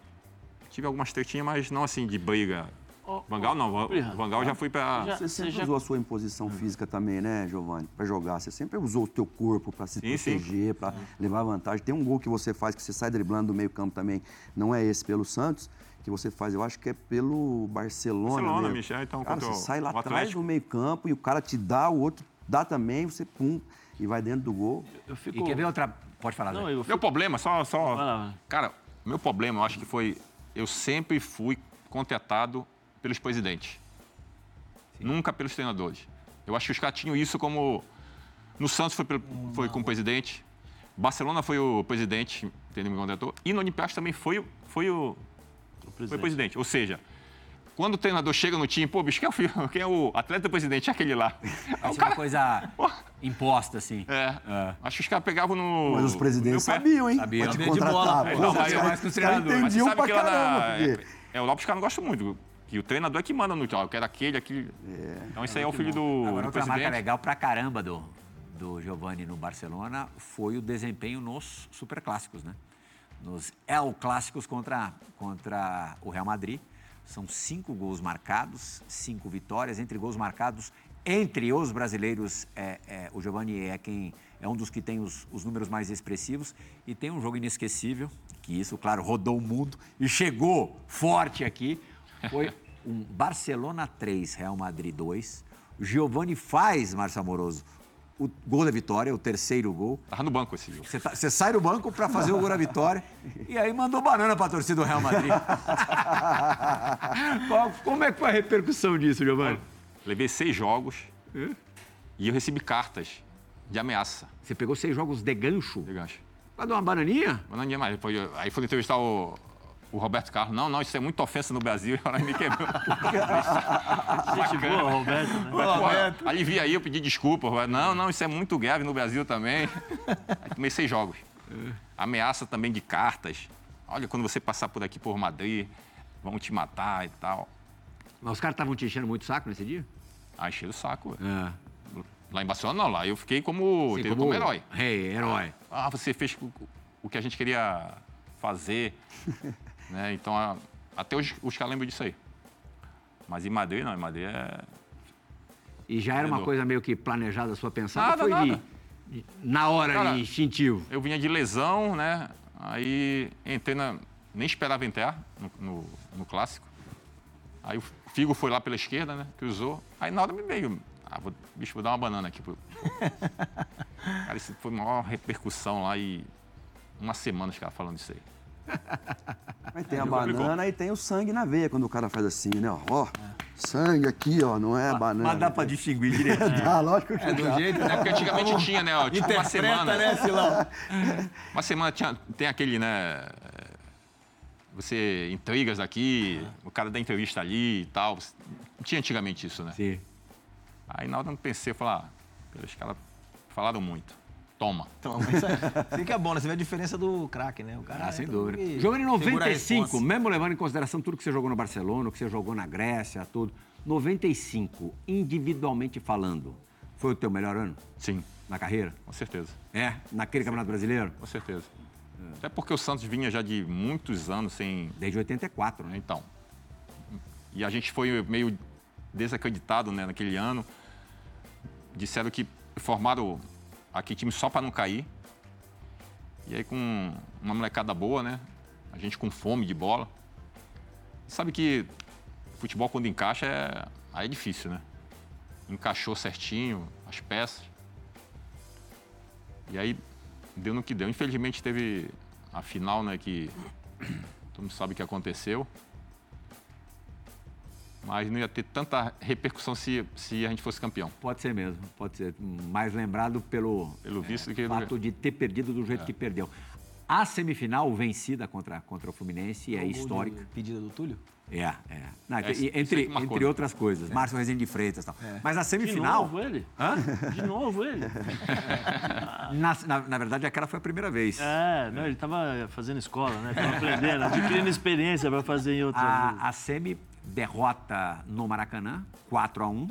tive algumas tretinhas, mas não assim de briga. Ô, Vangal não, Va- Pirra, Vangal já Hum. fui pra. já- Você sempre já- usou a sua imposição física também, né, Giovanni? Pra jogar. Você sempre usou o teu corpo pra se Sim, sim. proteger, pra levar vantagem. Tem um gol que você faz, que você sai driblando do meio campo também. Não é esse pelo Santos, que você faz, eu acho que é pelo Barcelona. Barcelona, né? Michel, então, Cara, contra você o- sai lá o atrás Atlético. do meio campo e o cara te dá, o outro dá também, você pum, e vai dentro do gol. Eu fico... E quer ver outra... Pode falar, Não, Zé. eu fico... Meu problema, só. Vai lá, só vai. cara, meu problema, eu acho que foi. Eu sempre fui contratado pelos presidentes. Nunca pelos treinadores. Eu acho que os caras tinham isso como. No Santos foi, pelo- foi com o presidente. Barcelona foi o presidente, entendeu? Me contratou. E no Olympiacos também foi, o- foi o, Foi presidente. Ou seja, quando o treinador chega no time, pô, bicho, quem é o, filho- (laughs) quem é o atleta presidente? É aquele lá. Parece é uma coisa imposta, assim. É. Acho que os caras pegavam no. Mas os presidentes no meu pé. sabiam, hein? Sabia. Pra te Sabia de contratar, bola, pô. pô. Não, Os mas- caras- mas com os os caras treinadores. Mas você entendiam sabe um pra que lá na. caramba. porque- É, Europa os caras não gostam muito. Que o treinador é que manda no time. ó, Eu quero aquele, aquele. Então isso aí é o filho do, Agora, do outra marca né? presidente. legal pra caramba do, do Giovanni no Barcelona foi o desempenho nos superclássicos, né? Nos El Clássicos contra, contra o Real Madrid. São cinco gols marcados, cinco vitórias, entre gols marcados entre os brasileiros. é, é, o Giovanni é quem é um dos que tem os, os números mais expressivos e tem um jogo inesquecível, que isso, claro, rodou o mundo e chegou forte aqui. Foi um Barcelona 3, Real Madrid 2. Giovani faz, Márcio Amoroso, o gol da vitória, o terceiro gol. Tava no banco esse jogo. Você, tá- você sai do banco pra fazer o gol da vitória e aí mandou banana pra torcida do Real Madrid. Qual- como é que foi a repercussão disso, Giovani? Levei seis jogos e eu recebi cartas de ameaça. Você pegou seis jogos de gancho de gancho. pra dar uma bananinha? é Mas não tinha mais. Foi- aí fui entrevistar o, O Roberto Carlos, não, não, isso é muita ofensa no Brasil. (laughs) E me quebrou. Gente boa, Roberto, né? Pô, Aí vi aí, eu pedi desculpa. Roberto. Não, não, isso é muito grave no Brasil também. Aí tomei seis jogos. Ameaça também de cartas. Olha, quando você passar por aqui, por Madrid, vão te matar e tal. Mas os caras estavam te enchendo muito o saco nesse dia? Aí encheu o saco. velho. É. Lá em Barcelona, não, lá eu fiquei como, Sim, entendeu? como um herói. Rei, herói. Ah, você fez o- o que a gente queria fazer. né? Então, a- até hoje os caras lembram disso aí. Mas em Madrid, não, em Madrid é. E já era uma Entendeu? coisa meio que planejada, sua pensada? Nada, foi de- nada. de- na hora, Cara, ali, instintivo. Eu vinha de lesão, né? Aí entrei na. Nem esperava entrar no, no- no clássico. Aí o Figo foi lá pela esquerda, né? Cruzou. Aí na hora me veio. Ah, vou, bicho, vou dar uma banana aqui. Pro... cara, isso foi a maior repercussão lá e. Uma semana os caras falando isso aí. Mas tem a complicou. banana e tem o sangue na veia quando o cara faz assim, né? Ó, Ó, sangue aqui, ó, não é banana. Mas dá pra distinguir direito. Dá, lógico que dá. É porque antigamente tinha, né? Ó, tipo uma semana. né, Silão? Uma semana tinha- tem aquele, né? é, Você intrigas aqui, o cara dá entrevista ali e tal. Não tinha antigamente isso, né? Sim. Aí na hora eu pensei, eu falei, ah, os caras falaram muito. Toma. Então, mas isso aí, isso aí que é bom, né? Você vê a diferença do craque, né? O cara, Ah, sem então, dúvida. ele Jogando em segura a 95, responsa. mesmo levando em consideração tudo que você jogou no Barcelona, o que você jogou na Grécia, tudo. 95, individualmente falando, foi o teu melhor ano Sim, na carreira? com certeza. É? Naquele Campeonato Brasileiro? Com certeza. Até porque o Santos vinha já de muitos anos sem. Desde 84, né? Então. E a gente foi meio desacreditado né, naquele ano. Disseram que formaram aqui time só para não cair. E aí com uma molecada boa, né? A gente com fome de bola. Sabe que futebol quando encaixa é. Aí é difícil, né? Encaixou certinho as peças. E aí deu no que deu. Infelizmente teve a final, né? Que todo mundo sabe o que aconteceu. Mas não ia ter tanta repercussão se, se a gente fosse campeão. É. Pode ser mesmo, pode ser. Mais lembrado pelo, Pelo visto que. É, fato de ter perdido do É. jeito que perdeu. A semifinal vencida contra, contra o Fluminense é O gol histórica. do- Pedida do Túlio? É, é. Não, É, e- isso entre, aí que marcou, entre né? outras É. coisas. Márcio Rezende de Freitas e tal. Mas a De semifinal, novo ele? De novo ele? na, na, na verdade, aquela foi a primeira vez. É, não, ele tava fazendo escola, né? Tava aprendendo, adquirindo experiência pra fazer em outras vezes. A, a semi derrota no Maracanã, 4 a 1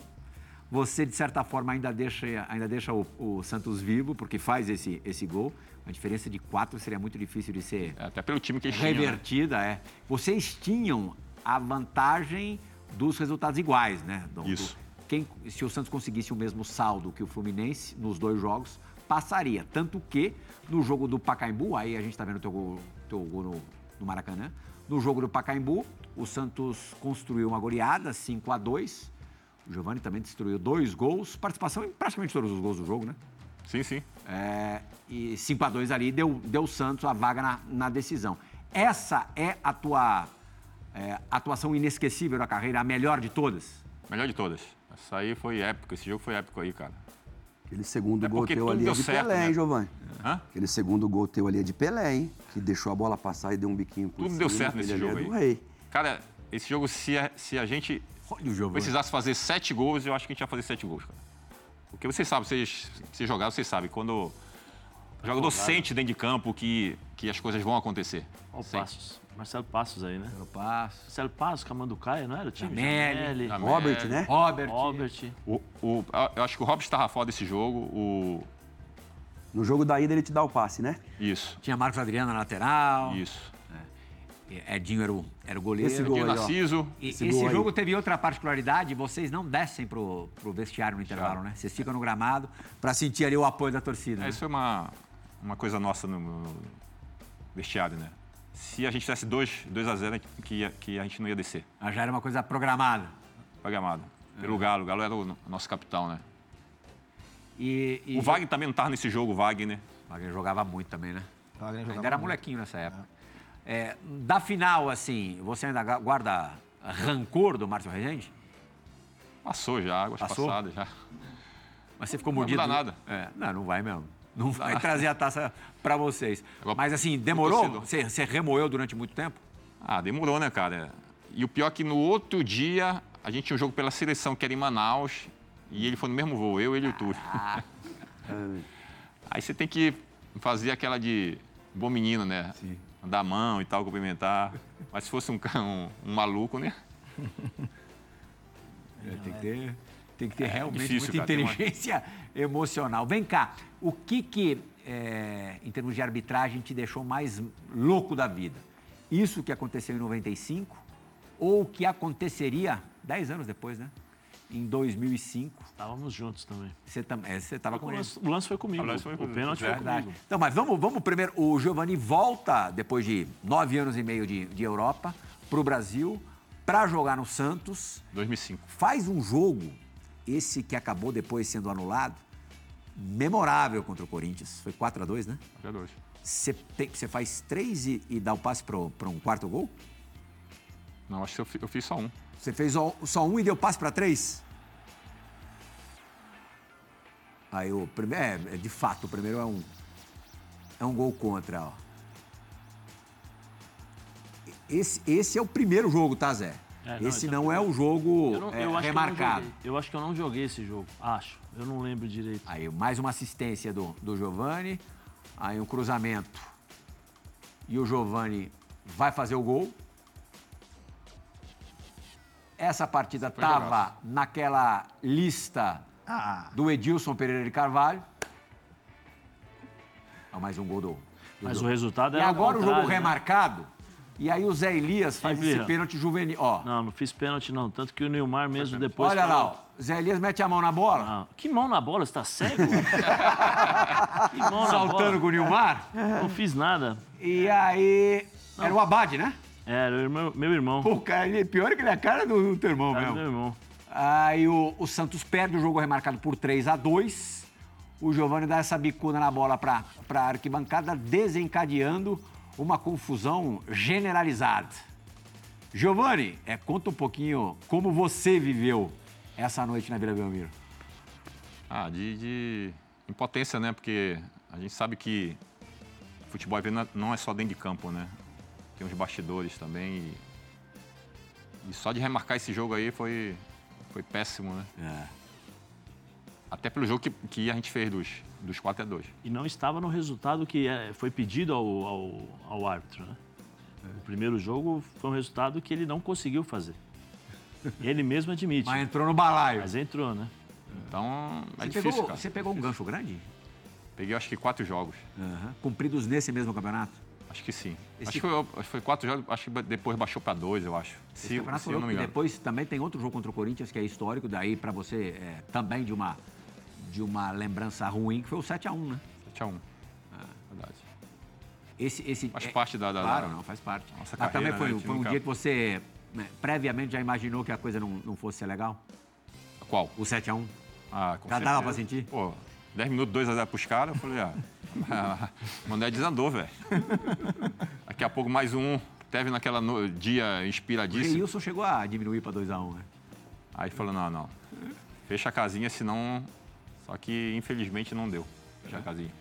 Você, de certa forma, ainda deixa, ainda deixa o, o Santos vivo, porque faz esse, esse gol. A diferença de 4 seria muito difícil de ser É, Até pelo time que eles tinham. né? revertida, é. Vocês tinham a vantagem dos resultados iguais, né? Do- do- Isso. quem, se o Santos conseguisse o mesmo saldo que o Fluminense nos dois jogos, passaria. Tanto que no jogo do Pacaembu, aí a gente tá vendo o teu gol, teu gol no, no Maracanã, no jogo do Pacaembu, o Santos construiu uma goleada, 5 a 2 o Giovani também destruiu dois gols, participação em praticamente todos os gols do jogo, né? Sim, sim. É, e 5x2 ali deu, deu o Santos a vaga na, na decisão. Essa é a tua é, atuação inesquecível na carreira, a melhor de todas? Melhor de todas. Essa aí foi épico, esse jogo foi épico aí, cara. Aquele segundo É gol porque teu tudo ali é deu de certo, Pelé, né? hein, Giovanni? Hã? Aquele segundo gol teu ali é de Pelé, hein? Que deixou a bola passar e deu um biquinho por Tudo deu cima, certo nesse aquele jogo ali é do aí. rei. Cara, esse jogo, se a, se a gente Olha o jogo. né? precisasse fazer sete gols, eu acho que a gente ia fazer sete gols, cara. Porque vocês sabem, vocês, vocês jogaram, vocês sabem, quando o jogador né? sente dentro de campo que, que as coisas vão acontecer. Olha o Sente. Passos. Marcelo Passos aí, né? Passo. Marcelo Passos, Camanducaia, não era o time? Jamel, Jamel, Jamel. Robert, né? Robert. Robert. O, o- a- eu acho que o Robson estava fora desse jogo, o... No jogo da ida ele te dá o passe, né? Isso, Tinha Marcos Adriano na lateral. isso. Edinho era o, era o goleiro. Esse gol Aqui o aí, ó. Narciso, E esse esse gol aí. jogo teve outra particularidade, vocês não descem pro, pro vestiário no intervalo, né? Vocês ficam no gramado pra sentir ali o apoio da torcida. É, né? isso foi uma, uma coisa nossa no- no vestiário, né? Se a gente tivesse 2 a 0 que, ia- que a gente não ia descer Mas Já era uma coisa programada. pra Gramado. É. Pelo Galo, o Galo era o no- nosso capitão, né? E, e- O Wagner também não tava nesse jogo, o Wagner. O Wagner jogava muito também, né? Wagner Ainda jogava era muito. molequinho nessa época. É, da final, assim, você ainda ga- guarda rancor do Márcio Rezende? Passou já, águas Passou? passadas já. Mas você ficou Não mordido? dá nada. Ah. É, não, não vai mesmo. Não vai trazer a taça pra vocês. Agora, Mas assim, o demorou? torcedor. Você, você remoeu durante muito tempo? Ah, Ah, demorou, né, cara? E o pior é que no outro dia a gente tinha um jogo pela seleção, que era em Manaus, e ele foi no mesmo voo, eu, ele e o Túlio. (laughs) Aí você tem que fazer aquela de bom menino, né? Dar a mão e tal, cumprimentar. Mas se fosse um, ca- um, um maluco, né? Tem que ter, tem que ter realmente É, difícil, muita cara, tem uma- inteligência (laughs) emocional. Vem cá, o que que, é, em termos de arbitragem, te deixou mais louco da vida? Isso que aconteceu em 95 ou o que aconteceria 10 anos depois, né? Em 2005, Estávamos juntos também. você também você estava O com ele. lance, o lance foi comigo. O lance foi o comigo, pênalti foi verdade. comigo. Então, mas vamos, vamos primeiro. O Giovani volta, depois de nove anos e meio de, de Europa, para o Brasil, para jogar no Santos. 2005. faz um jogo, esse que acabou depois sendo anulado, memorável contra o Corinthians. Foi 4 a 2 né? até é dois. Você tem- você faz três e, e dá o passe para um quarto gol? Não, acho que eu, fi- eu fiz só um. Você fez só, só um e deu passe para três? Aí o primeiro. É, é, de fato, o primeiro é um. É um gol contra, ó. Esse, esse é o primeiro jogo, tá, Zé? É, não, esse então- não é o jogo Eu, não, é, eu, acho que eu, não remarcado. joguei. eu acho que eu não joguei esse jogo. Acho. Eu não lembro direito. Aí mais uma assistência do, do Giovani. Aí um cruzamento. E o Giovani vai fazer o gol. Essa partida estava naquela lista Ah. do Edilson Pereira de Carvalho. Ah, mais um gol do. do Mas o Giovani. resultado E era. ao agora o jogo contrário, né? remarcado. E aí o Zé Elias faz Sempre esse erra. pênalti juvenil. Ó, Não, não fiz pênalti, não. Tanto que o Neymar mesmo depois. olha lá, falou, ó. Zé Elias mete a mão na bola. "Ah, que mão na bola, você (laughs) tá cego? que mão na Saltando bola. com o (laughs) Nilmar. Não fiz nada. E aí. Era o Abade, né? Era o irmão- meu irmão. Pô, cara, ele é pior que ele é a cara do, do teu irmão Era mesmo. meu irmão. Aí o, o Santos perde, o jogo é remarcado por 3 a 2 O Giovani dá essa bicuda na bola pra, pra arquibancada, desencadeando uma confusão generalizada. Giovani, é, conta um pouquinho como você viveu essa noite na Vila Belmiro. Ah, de, de impotência, né? Porque a gente sabe que futebol às vezes, não é- não é só dentro de campo, né? Tem uns bastidores também. E, e só de remarcar esse jogo aí foi, foi péssimo, né? É. Até pelo jogo que, que a gente fez dos, dos 4 a 2. E não estava no resultado que eh, foi pedido ao, ao, ao árbitro, né? É. O primeiro jogo foi um resultado que ele não conseguiu fazer. Ele mesmo admite. Mas entrou no balaio. Tá Mas entrou, né? Então, é Você difícil, pegou, cara. você pegou um gancho grande? Peguei acho que quatro jogos. Cumpridos nesse mesmo campeonato? Acho que sim. Esse- Acho, que foi, acho que foi quatro jogos, acho que ba- depois baixou pra dois, eu acho. Esse Se, campeonato se eu não louco, né? me e engano. depois também tem outro jogo contra o Corinthians que é histórico, daí pra você é, também de uma, de uma lembrança ruim, que foi o 7x1, né? 7x1. Verdade. Esse, esse, um. Faz é- parte da- da- Claro, da- não, faz parte. Nossa Mas também carreira, foi, né? A gente foi um nunca- dia que você né, previamente já imaginou que a coisa não, não fosse ser legal? Qual? O 7x1? Ah, com Já dava pra sentir? Pô, 10 minutos, 2 a 0 pros caras, eu falei, ah, (laughs) o Mané desandou, velho. (laughs) Daqui a pouco mais um, teve naquela no- dia O inspiradíssimo. Wilson chegou a diminuir pra 2x1, né? Aí falou, não, não, fecha a casinha, senão... Só que, infelizmente, não deu. É? Fecha a casinha.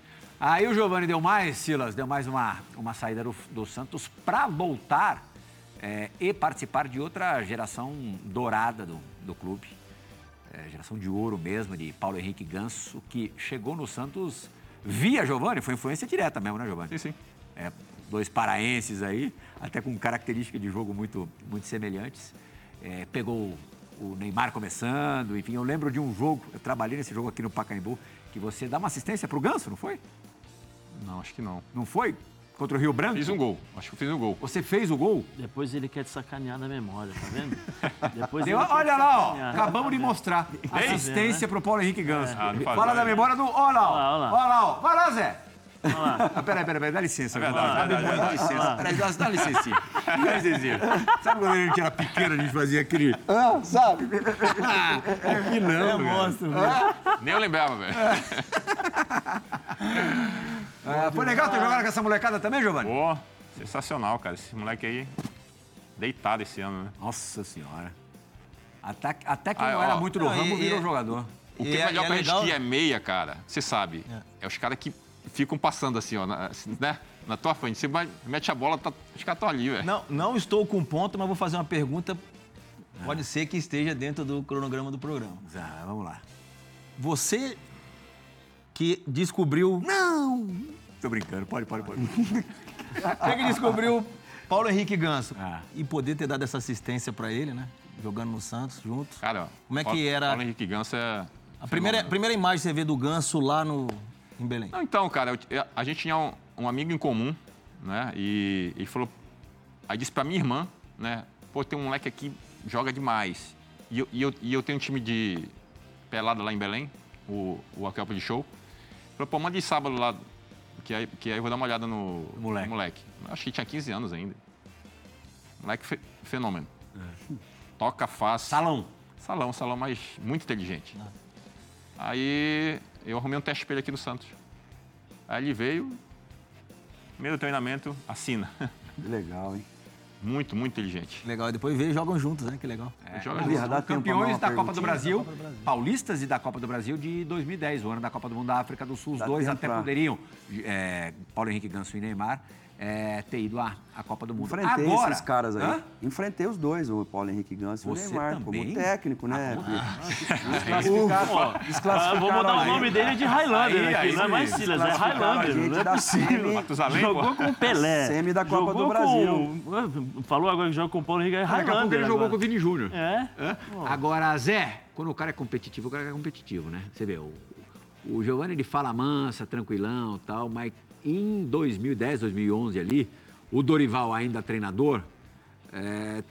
Aí o Giovani deu mais, Silas, deu mais uma, uma saída do, do Santos pra voltar é, e participar de outra geração dourada do, do clube. É, geração de ouro mesmo, de Paulo Henrique Ganso, que chegou no Santos via Giovani, foi influência direta mesmo, né, Giovani? Sim, sim. É, dois paraenses aí, até com características de jogo muito, muito semelhantes. É, pegou o Neymar começando, enfim, eu lembro de um jogo, eu trabalhei nesse jogo aqui no Pacaembu, que você dá uma assistência pro Ganso, não foi? Não, acho que não. Não foi? Contra o Rio Branco? Fiz um gol, acho que eu fiz um gol. Você fez o gol? Depois ele quer te sacanear da memória, tá vendo? Depois Deu- ele quer te olha lá, ó. sacanear, Acabamos tá de vendo? mostrar. Assistência pro Paulo Henrique Ganso. Ah, não faz Fala nada. da memória do. Olha lá, ó. Olha lá, olha lá. Olha lá, ó. Vai lá, Zé. (laughs) Ah, peraí, peraí, peraí, dá licença. Verdade, verdade, Dá verdade. licença. Peraí, dá dá licencinha. Dá licencinha. Sabe quando a gente era pequeno, a gente fazia aquele. Ah, sabe? Aqui não, Nem eu lembrava, velho. Ah, Foi legal ter jogado com essa molecada também, Giovanni? Pô, sensacional, cara. Esse moleque aí, deitado esse ano, né? Nossa senhora. Até, até que Ah, não ó. era muito do Não, ramo, e- virou e- jogador. O que E é é- melhor e é pra gente legal- que é meia, cara, você sabe, é, os caras que ficam passando assim, ó, na- assim, né? na tua frente. Você vai, mete a bola, tá, acho que ela tá ali, velho. Não, não estou com ponto, mas vou fazer uma pergunta. Pode ser que esteja dentro do cronograma do programa. Ah, vamos lá. Você que descobriu. Não! Tô brincando, pode, pode, pode. (laughs) Você que descobriu Paulo Henrique Ganso. Ah. E poder ter dado essa assistência pra ele, né? Jogando no Santos juntos. Cara, Como é que Paulo- era- Paulo Henrique Ganso é. A primeira, a fenômeno. primeira imagem que você vê do Ganso lá no, em Belém. Não, então, cara, eu- eu- a gente tinha um, um amigo em comum, né? E ele falou. Aí disse pra minha irmã, né? Pô, tem um moleque aqui, joga demais. E eu, e eu, e eu tenho um time de pelada lá em Belém, o, o Acampo de Show. Falou, pô, manda de sábado lá, que aí, que aí eu vou dar uma olhada no, no moleque. Acho que tinha 15 anos ainda. Moleque fe- fenômeno. Toca fácil. Salão. Salão, um salão, mas muito inteligente. Aí eu arrumei um teste pra ele aqui no Santos. Aí ele veio, primeiro treinamento, assina. (laughs) Legal, hein? Muito, muito inteligente. Legal. E depois vê, jogam juntos, né? Que legal. Joga Aliás, junto. dá Tá tempo pra dar Campeões da uma Copa perguntinha? do Brasil, paulistas e da Copa do Brasil de 2010, o ano da Copa do Mundo da África do Sul. Os Dá dois tempo até pra- poderiam, é, Paulo Henrique Ganso e Neymar, é, ter ido à, à Copa do Mundo. Enfrentei Agora, esses caras aí. Hã? Enfrentei os dois, o Paulo Henrique Ganso e o Você Neymar, também? como técnico, né? Ah, Ó, (laughs) ah, vou botar o nome dele de Highlander Aí, aqui. aí, não é mais aí. Silas, é a Highlander. Não gente é da (laughs) possível. semi. Matusalém, Jogou pô. com o Pelé. Semi da Copa jogou do Brasil. com- Falou agora que joga com o Paulo Henrique é Daqui a pouco Highlander. ele jogou agora. com o Vini Júnior. É? Agora, Zé, quando o cara é competitivo, o cara é competitivo, né? Você vê, o, o Giovanni ele fala mansa, tranquilão tal, mas em 2010, 2011 ali, o Dorival ainda treinador, é,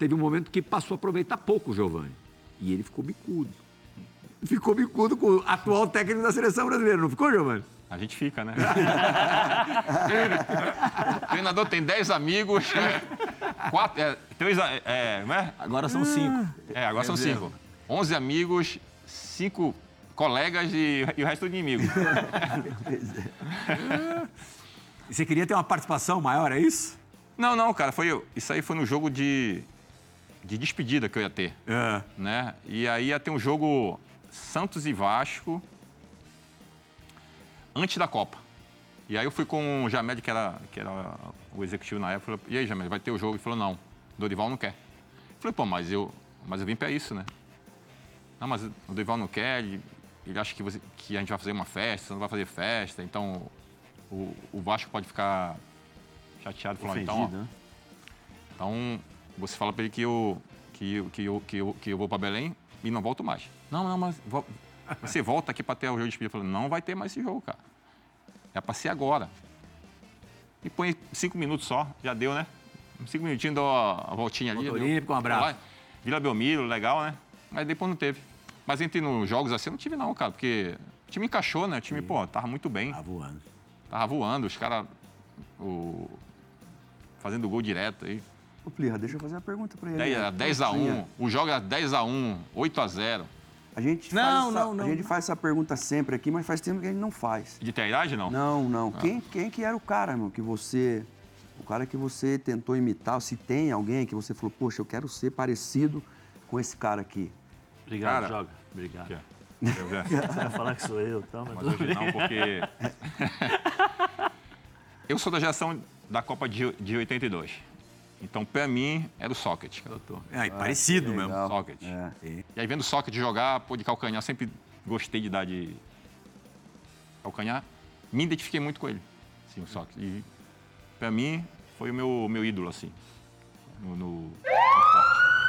teve um momento que passou a aproveitar pouco o Giovanni. E ele ficou bicudo. Ficou bicudo com o atual técnico da seleção brasileira, não ficou, Giovanni? A gente fica, né? O treinador tem 10 amigos, né? quatro, é, três, a- é, não é? Agora são cinco. É, agora são cinco. 11 amigos, cinco colegas e, e o resto de inimigo. E Você queria ter uma participação maior, é isso? Não, não, cara, foi, isso aí foi no jogo de, de despedida que eu ia ter. É. né? E aí ia ter um jogo Santos e Vasco antes da Copa. E aí eu fui com o Jamed, que era, que era o executivo na época, falei, e aí, Jamed, vai ter o jogo? Ele falou, não, Dorival não quer. Eu falei, pô, mas eu, mas eu vim pra isso, né? Não, mas o Dorival não quer, ele, ele acha que, você- que a gente vai fazer uma festa, você não vai fazer festa, então o, o Vasco pode ficar chateado. Falou, "Ah, então, ó, Ofendido, né? então, você fala pra ele que eu, que, eu- que, eu, que, eu, que eu vou pra Belém e não volto mais. Não, não, mas vo- você volta aqui pra ter o jogo de despedida. Eu falei, não vai ter mais esse jogo, cara. É pra ser agora. E põe cinco minutos só, já deu, né? Cinco minutinhos, dou a a voltinha ali. Ponto deu. Olímpico, um abraço. Lá, Vila Belmiro, legal, né? Mas depois não teve. Mas entre nos jogos assim, eu não tive não, cara, porque o time encaixou, né? O time, pô, tava muito bem. Tá voando. Tava voando, os caras o- fazendo gol direto aí. Ô, Plirra, deixa eu fazer uma pergunta pra ele. né? é. 10, era 10 a 1, o jogo era 10 a 1, 8 a 0. A gente, faz Não, essa, não, não. a gente faz essa pergunta sempre aqui, mas faz tempo que a gente não faz. De teiragem, não? Não, não. Ah. Quem, quem que era o cara, meu, que você. O cara que você tentou imitar, se tem alguém que você falou, poxa, eu quero ser parecido com esse cara aqui. Obrigado, Cara. joga. Obrigado. (laughs) Eu já- Você vai falar que sou eu, tá? Mas Mas hoje não, (laughs) porque... eu sou da geração da Copa de, de 82. Então, pra mim, era o Socket. cara. É, e parecido mesmo. Socket. é, E aí, vendo o Socket jogar, pô, de calcanhar, sempre gostei de dar de calcanhar. Me identifiquei muito com ele, sim, o Socket. E, pra mim, foi o meu, meu ídolo, assim. No, no- (laughs)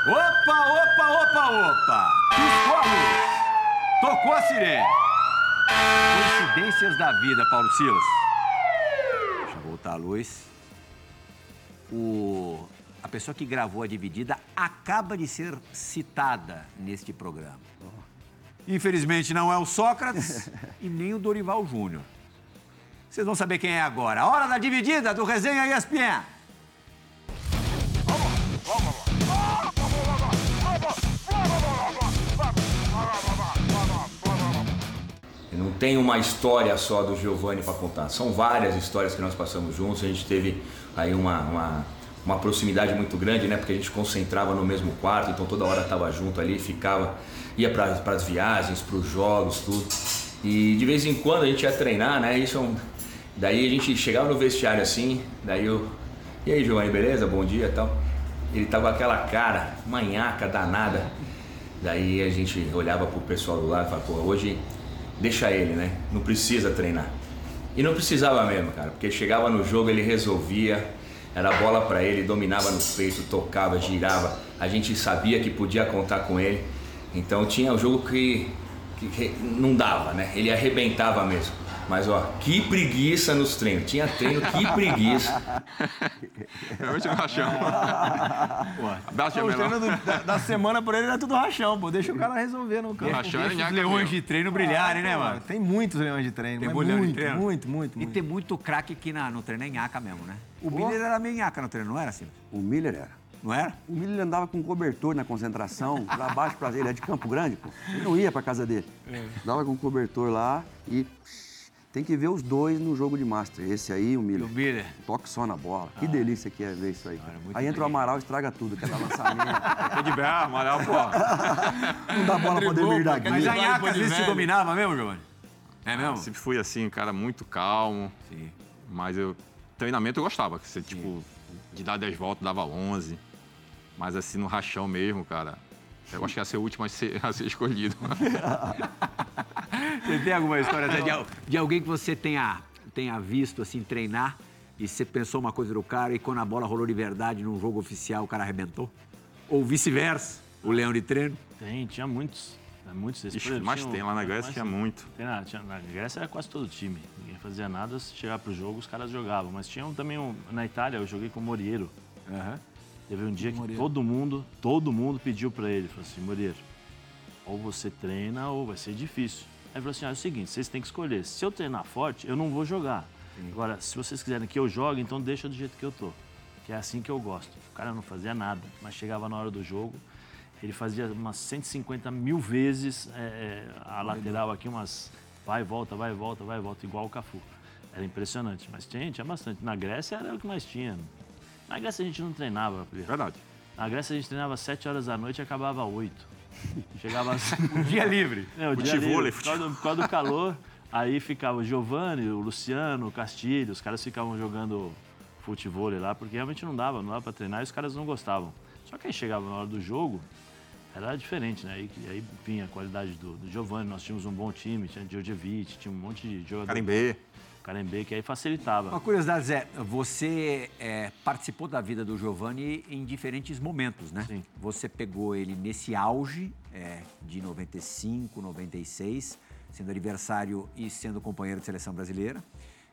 Opa, opa, opa, opa! Piscou a luz. Tocou a sirene. Coincidências da vida, Paulo Silas. Deixa eu voltar a luz. O... A pessoa que gravou a dividida acaba de ser citada neste programa. Infelizmente não é o Sócrates e nem o Dorival Júnior. Vocês vão saber quem é agora. Hora da dividida do Resenha ESPN. Não tem uma história só do Giovanni para contar, são várias histórias que nós passamos juntos. A gente teve aí uma, uma, uma proximidade muito grande, né? Porque a gente concentrava no mesmo quarto, então toda hora estava junto ali, ficava, ia para as viagens, para os jogos, tudo. E de vez em quando a gente ia treinar, né? Isso é um, Daí a gente chegava no vestiário assim, daí eu. E aí, Giovanni, beleza? Bom dia e tal. Ele tava com aquela cara, manhaca, danada. Daí a gente olhava pro pessoal do lado e falava, pô, hoje deixa ele, né? Não precisa treinar. E não precisava mesmo, cara, porque chegava no jogo, ele resolvia, era bola pra ele, dominava no peito, tocava, girava. A gente sabia que podia contar com ele. Então tinha o jogo que que- que não dava, né? Ele arrebentava mesmo. Mas ó, que preguiça nos treinos. Tinha treino, que preguiça. Realmente é um rachão. (laughs) Abraço, Então, o treino Jamelão. do- (laughs) da, da semana pra ele era tudo rachão, pô. Deixa o cara resolver no campo. Rachão é nhaca Leões mesmo. de treino brilharem, né, Pô, mano? Tem muitos leões de treino. Tem mas muito leão de muito, treino? muito, muito, E muito. tem muito craque que na, no treino é nhaca mesmo, né? O Miller era meio nhaca no treino, não era assim? O Miller era. Não era? O Miller andava com cobertor na (laughs) concentração, lá baixo pra ele é de Campo Grande, pô. Ele não ia pra casa dele. É. Dava com cobertor lá e tem que ver os dois no jogo de Master. Esse aí, o Miller. Miller. Toque só na bola. Ah. Que delícia que é ver isso aí. cara. aí entra o Amaral e estraga tudo, que dá lançamento. Tô de bravo, amarelo, pô. não dá bola pra Demir da um Mas a Guia. nhaca às vezes te velho. dominava mesmo, Giovanni? É mesmo? Sempre fui assim, cara, muito calmo. Sim. Mas eu. Treinamento eu gostava. que Você, tipo, de dar 10 voltas, dava 11. Mas assim, no rachão mesmo, cara. Eu acho que ia ser o último a ser, (laughs) a ser escolhido. Você tem alguma história até de, de al- de alguém que você tenha, tenha visto assim treinar e você pensou uma coisa do cara e quando a bola rolou de verdade num jogo oficial o cara arrebentou? Ou vice-versa, o leão de treino? Tem, tinha muitos. né, Muitos desses. Por Ixi, exemplo, mas tinha um o- tem, lá na Grécia mas- tinha muito. Tem nada, tinha- na Grécia era quase todo time. Ninguém fazia nada, se chegar pro jogo, os caras jogavam. Mas tinha um- também um- na Itália, eu joguei com o Moriero. Teve um dia que todo mundo, todo mundo pediu pra ele, falou assim, Moriero, ou você treina ou vai ser difícil. Aí ele falou assim, ah, é o seguinte, vocês têm que escolher. Se eu treinar forte, eu não vou jogar. Agora, se vocês quiserem que eu jogue, então deixa do jeito que eu tô. Que é assim que eu gosto. O cara não fazia nada, mas chegava na hora do jogo, ele fazia umas 150 mil vezes é, é, a lateral aqui, umas vai, volta, vai, volta, vai, volta, igual o Cafu. Era impressionante, mas tinha, tinha bastante. Na Grécia era o que mais tinha. Na Grécia a gente não treinava, Pri. Verdade. Na Grécia a gente treinava às 7 horas da noite e acabava às 8. Chegava às. dia livre? É, o dia Futevôlei, livre, por, causa do, por causa do calor. Aí ficava o Giovanni, o Luciano, o Castilho, os caras ficavam jogando futebol lá, porque realmente não dava, não dava pra treinar e os caras não gostavam. Só que aí chegava na hora do jogo, era diferente, né? Aí, aí vinha a qualidade do, do Giovanni, nós tínhamos um bom time, tinha Djordjevic, tinha um monte de jogador. Carimbê. Carembe, que aí Uma facilitava. curiosidade, Zé, você é, participou da vida do Giovanni em diferentes momentos, né? Sim. Você pegou ele nesse auge é, de 95, 96, sendo adversário e sendo companheiro de seleção brasileira.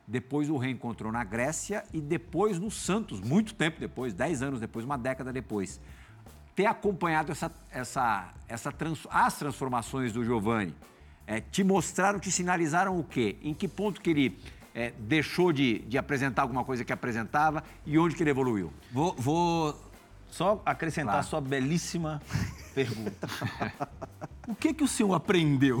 Depois o reencontrou na Grécia e depois no Santos, muito tempo depois, 10 anos depois, uma década depois. Ter acompanhado essa, essa, essa trans- as transformações do Giovanni, é, te mostraram, te sinalizaram o quê? Em que ponto que ele é, deixou de, de apresentar alguma coisa que apresentava e onde que ele evoluiu? Vou, vou só acrescentar sua belíssima (laughs) pergunta. o que que o senhor aprendeu?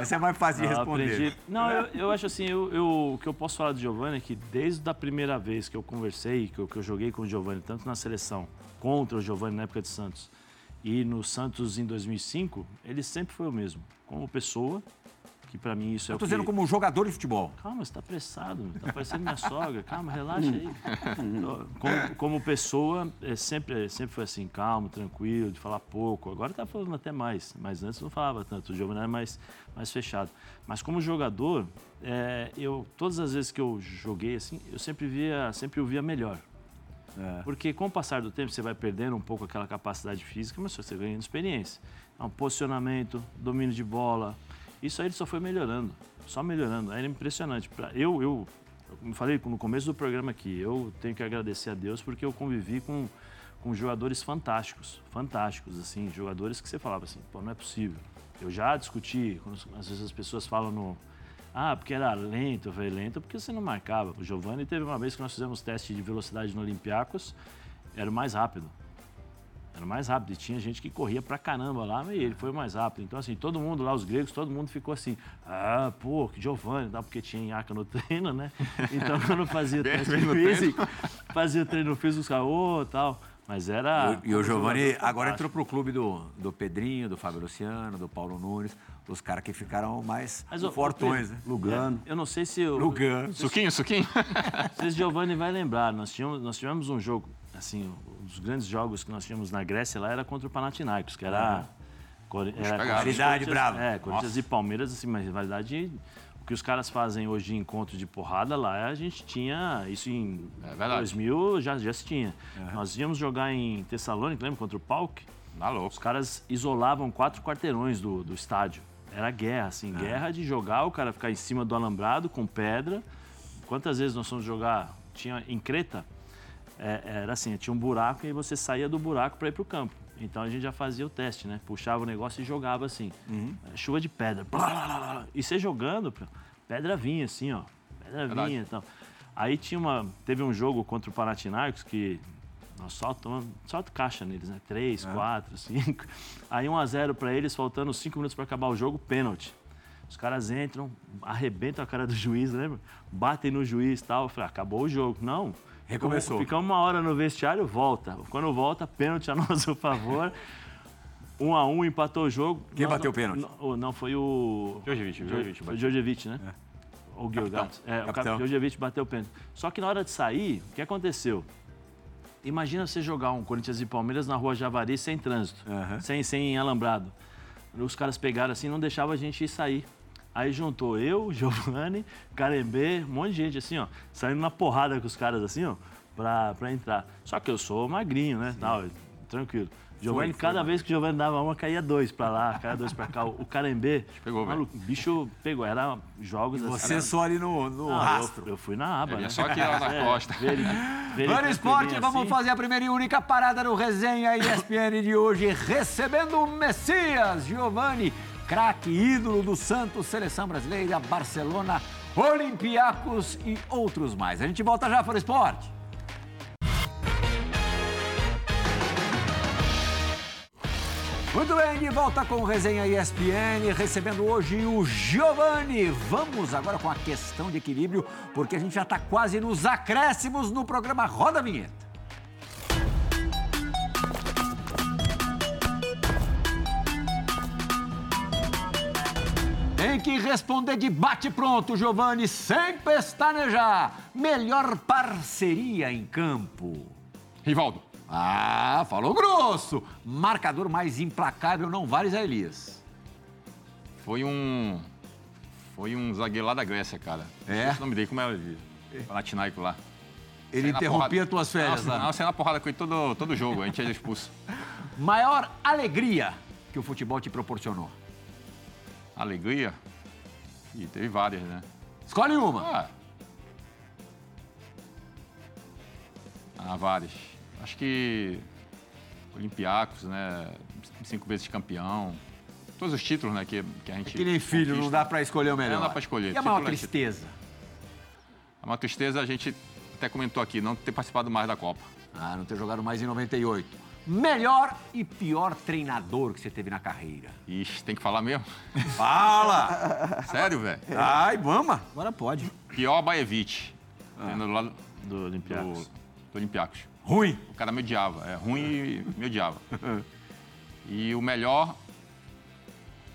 Essa é mais fácil de Eu responder. (laughs) aprendi- Não, eu, eu acho assim, eu, eu- o que eu posso falar do Giovanni é que desde a primeira vez que eu conversei, que eu, que eu joguei com o Giovanni, tanto na seleção contra o Giovanni na época de Santos e no Santos em 2005, ele sempre foi o mesmo, como pessoa, que pra mim isso é Eu tô o que... dizendo como um jogador de futebol. Calma, você tá apressado, meu. tá parecendo minha sogra. Calma, relaxa aí. Então, Como, como pessoa, é sempre, é sempre foi assim, calmo, tranquilo, de falar pouco. Agora tá falando até mais, mas antes não falava tanto. O Giovanni era mais, mais fechado. Mas como jogador, é, eu, todas as vezes que eu joguei assim, eu sempre via, sempre o via melhor. Porque com o passar do tempo você vai perdendo um pouco aquela capacidade física, mas você vai ganhando experiência. Então, posicionamento, domínio de bola, isso aí ele só foi melhorando, só melhorando. Era impressionante. Pra- Eu, eu, como eu falei no começo do programa aqui, eu tenho que agradecer a Deus porque eu convivi com, com jogadores fantásticos, fantásticos, assim, jogadores que você falava assim, pô, não é possível. Eu já discuti, quando as- às vezes as pessoas falam no, ah, porque era lento. Eu falei, lento porque você não marcava. O Giovanni teve uma vez que nós fizemos teste de velocidade no Olympiacos, era o mais rápido. Era o mais rápido. E tinha gente que corria pra caramba lá, e ele foi o mais rápido. Então, assim, todo mundo lá, os gregos, todo mundo ficou assim, ah, pô, que Giovanni, tá? porque tinha nhaca no treino, né? Então, quando fazia o teste bem no físico, fazia o treino físico, os caras, ô, tal. Mas era. E o Giovani agora fantástico. entrou pro clube do, do Pedrinho, do Fábio Luciano, do Paulo Nunes, os caras que ficaram mais Mas, ô, ô, fortões, Pedro, né? Lugano. É, Eu não sei se o. Lugano. Suquinho, suquinho? Vocês, Giovanni, vai lembrar, nós tínhamos, nós tivemos um jogo, assim, um dos grandes jogos que nós tínhamos na Grécia lá era contra o Panathinaikos, que era... Cori- era cagaram. Corinthians- Rivalidade brava. É, Corinthians e Palmeiras, assim, mas rivalidade... O que os caras fazem hoje em encontro de porrada lá, a gente tinha isso em É verdade. 2000, já, já se tinha. Nós íamos jogar em Tessalônica, lembra, contra o Pauk? Tá louco. Os caras isolavam quatro quarteirões do, do estádio. Era guerra, assim, guerra de jogar, o cara ficar em cima do alambrado com pedra. Quantas vezes nós fomos jogar? Tinha em Creta, é, era assim, tinha um buraco e você saía do buraco para ir pro campo. Então a gente já fazia o teste, né? Puxava o negócio e jogava assim. É, Chuva de pedra. blá, blá, blá, blá. E você jogando, pedra vinha assim, ó. Pedra vinha e tal. Aí tinha uma, teve um jogo contra o Panathinaikos que nós só tomamos, só caixa neles, né? 3, (laughs) 4, 5. Aí 1 a 0 para eles, faltando 5 minutos para acabar o jogo, pênalti. Os caras entram, arrebentam a cara do juiz, lembra? Batem no juiz e tal. Eu falei, "Ah, acabou o jogo. Não. Recomeçou. Ficamos uma hora no vestiário, volta. Quando volta, pênalti a (laughs) nosso favor. Um a um, empatou o jogo. Quem Nós bateu não- o pênalti? Não, o- não, foi o... Djordjevic, o Djordjevic Foi o Djordjevic, né? O Gilgato. É, o Capitão. capitão Djordjevic bateu o pênalti. Só que na hora de sair, o que aconteceu? Imagina você jogar um Corinthians e Palmeiras na rua Javari sem trânsito, sem, sem alambrado. Os caras pegaram assim, não deixavam a gente ir sair. Aí juntou eu, (laughs) Giovanni, Carembê, um monte de gente assim, ó, saindo na porrada com os caras assim, ó, pra, pra entrar. Só que eu sou magrinho, né? Tal, tranquilo. Giovanni, cada vez que o Giovanni dava uma, caía dois pra lá, caía dois pra cá. O Carembê, Pegou, velho. maluco, o bicho pegou, era jogos assim, Você era- só ali no, no Não, Ah, eu- rastro. Eu, fui na aba, Ele né? é só (laughs) aqui lá na É, costa. verde- verde- Para o esporte, vermelhinho vamos assim. fazer a primeira e única parada no Resenha ESPN de hoje, recebendo o Messias Giovani, craque ídolo do Santos, seleção brasileira, Barcelona, Olympiacos e outros mais. A gente volta já para o esporte. Muito bem, de volta com o Resenha ESPN, recebendo hoje o Giovanni. Vamos agora com a questão de equilíbrio, porque a gente já está quase nos acréscimos no programa Roda a Vinheta. Tem que responder de bate-pronto, Giovanni, sem pestanejar. Melhor parceria em campo. Rivaldo. Ah, falou grosso! Marcador mais implacável não vale Zé Elias. Foi um. Foi um zagueiro lá da Grécia, cara. É? Não me dei como era de Panatinaico lá. Ele Saí na interrompia porrada. tuas férias né? Não, lá. não, saí na porrada com ele todo, todo jogo, a gente era expulso. Maior alegria que o futebol te proporcionou. Alegria? E teve várias, né? Escolhe uma. Ah. Ah, várias. Acho que. Olympiacos, né? Cinco vezes campeão. Todos os títulos, né? Que, que a gente. É Que nem filho, não conquista. dá pra escolher o melhor. Não dá pra escolher. E a maior Título é título. tristeza? É uma tristeza, a gente até comentou aqui, não ter participado mais da Copa. Ah, não ter jogado mais em 98. Melhor e pior treinador que você teve na carreira? Ixi, tem que falar mesmo? Fala! (laughs) Sério, velho? Ai, mama! Agora pode. Pior Baevich. Ah. Tendo lá do, Do Olympiacos. do Olympiacos. Ruim! O cara me odiava. É ruim e me odiava. E o melhor,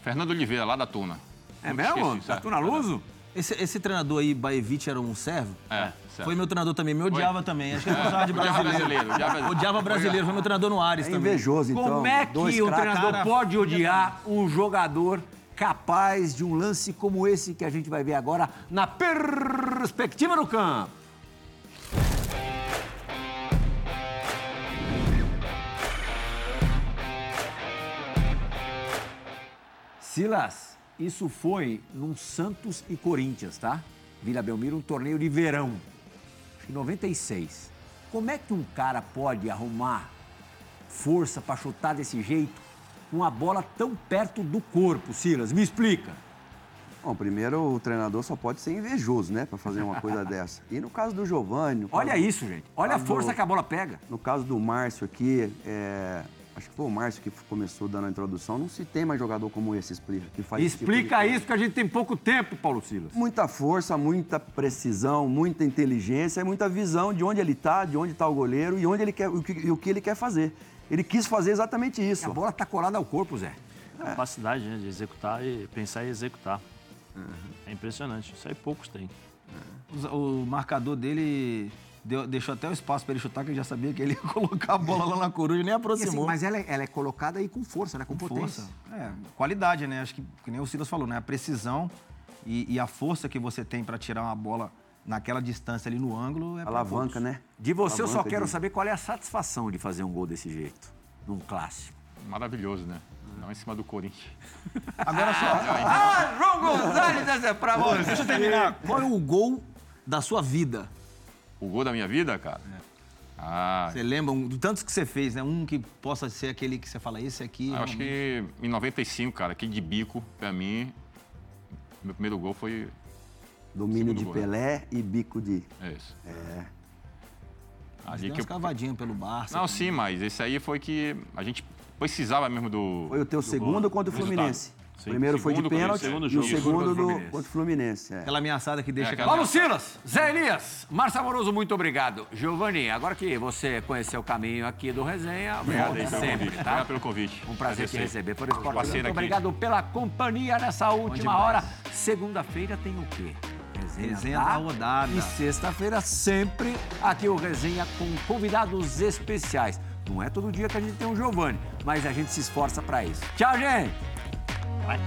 Fernando Oliveira, lá da Tuna. É Nunca mesmo? esqueci isso, Tá é. tu na Luso? Esse, esse treinador aí, Baevich, era um servo? É, certo. Tá. Foi meu treinador também, me odiava também. (laughs) Acho que eu gostava de Odiava brasileiro. brasileiro. Odiava, Odiava brasileiro, foi meu treinador no Ares É também. invejoso, então. Como é que um Dois craques. treinador Cara, pode odiar um jogador capaz de um lance como esse que a gente vai ver agora na perspectiva do campo? Silas, isso foi num Santos e Corinthians, tá? Vila Belmiro, um torneio de verão. Acho que 96. Como é que um cara pode arrumar força pra chutar desse jeito com a bola tão perto do corpo, Silas? Me explica. Bom, primeiro o treinador só pode ser invejoso, né? Pra fazer uma coisa dessa. E no caso do Tá Giovanni. no caso- Olha isso, gente. Olha a força que a bola pega. No caso do Márcio aqui, é, Acho que foi o Márcio que começou dando a introdução. Não se tem mais jogador como esse, explica. Que faz esse tipo de Explica isso, que a gente tem pouco tempo, Paulo Silas. Muita força, muita precisão, muita inteligência e muita visão de onde ele está, de onde está o goleiro e onde ele quer, o que, e o que ele quer fazer. Ele quis fazer exatamente isso. A bola tá colada ao corpo, Zé. Capacidade né, de executar e pensar e executar. É impressionante. Isso aí poucos têm. Os- O marcador dele deu- deixou até o espaço para ele chutar, que ele já sabia que ele ia (laughs) colocar a bola lá na coruja, nem E assim, aproximou. mas ela, é- ela é colocada aí com força, né? Com, potência. Força. É, qualidade, né? Acho que, que nem o Silas falou, né? A precisão e, e a força que você tem para tirar uma bola naquela distância ali no ângulo é pra Alavanca, poucos. né? De Tá você eu só Alavanca quero de- saber qual é a satisfação de fazer um gol desse jeito, num clássico. Maravilhoso, né? Não em cima do Corinthians. Agora só. Ah, um João Gonzalez, essa é pra você. Deixa eu terminar. Qual é o gol da sua vida? O gol da minha vida, cara? Ah, Você lembra um, de tantos que você fez, né? Um que possa ser aquele que você fala, esse aqui. é um eu acho que em 95, cara, aqui de bico, pra mim, meu primeiro gol foi Domínio Segundo de gol, né? Pelé e bico de. esse. É. Mas Ali deu que eu... umas cavadinhas pelo Barça. Não, sim, mas esse aí foi que a gente precisava mesmo do... Foi o teu segundo contra o resultado. Fluminense. O Sim. primeiro foi de Segundo contra o pênalti segundo e o jogo. segundo do- Fluminense. contra o Fluminense. é. Aquela ameaçada que deixa... É, aquela- aquela- Paulo Silas, Zé Elias, Márcio Amoroso, muito obrigado. Giovanni, agora que você conheceu o caminho aqui do Resenha, Obrigado aí volte pelo sempre, convite. tá? Obrigado pelo convite. Um prazer te Agradecer. receber por esse podcast. parceiro Muito aqui. obrigado pela companhia nessa última demais. hora. Segunda-feira tem o quê? Resenha da rodada. E sexta-feira sempre aqui o Resenha com convidados especiais. Não é todo dia que a gente tem um Giovanni, mas a gente se esforça pra isso. Tchau, gente! Vai.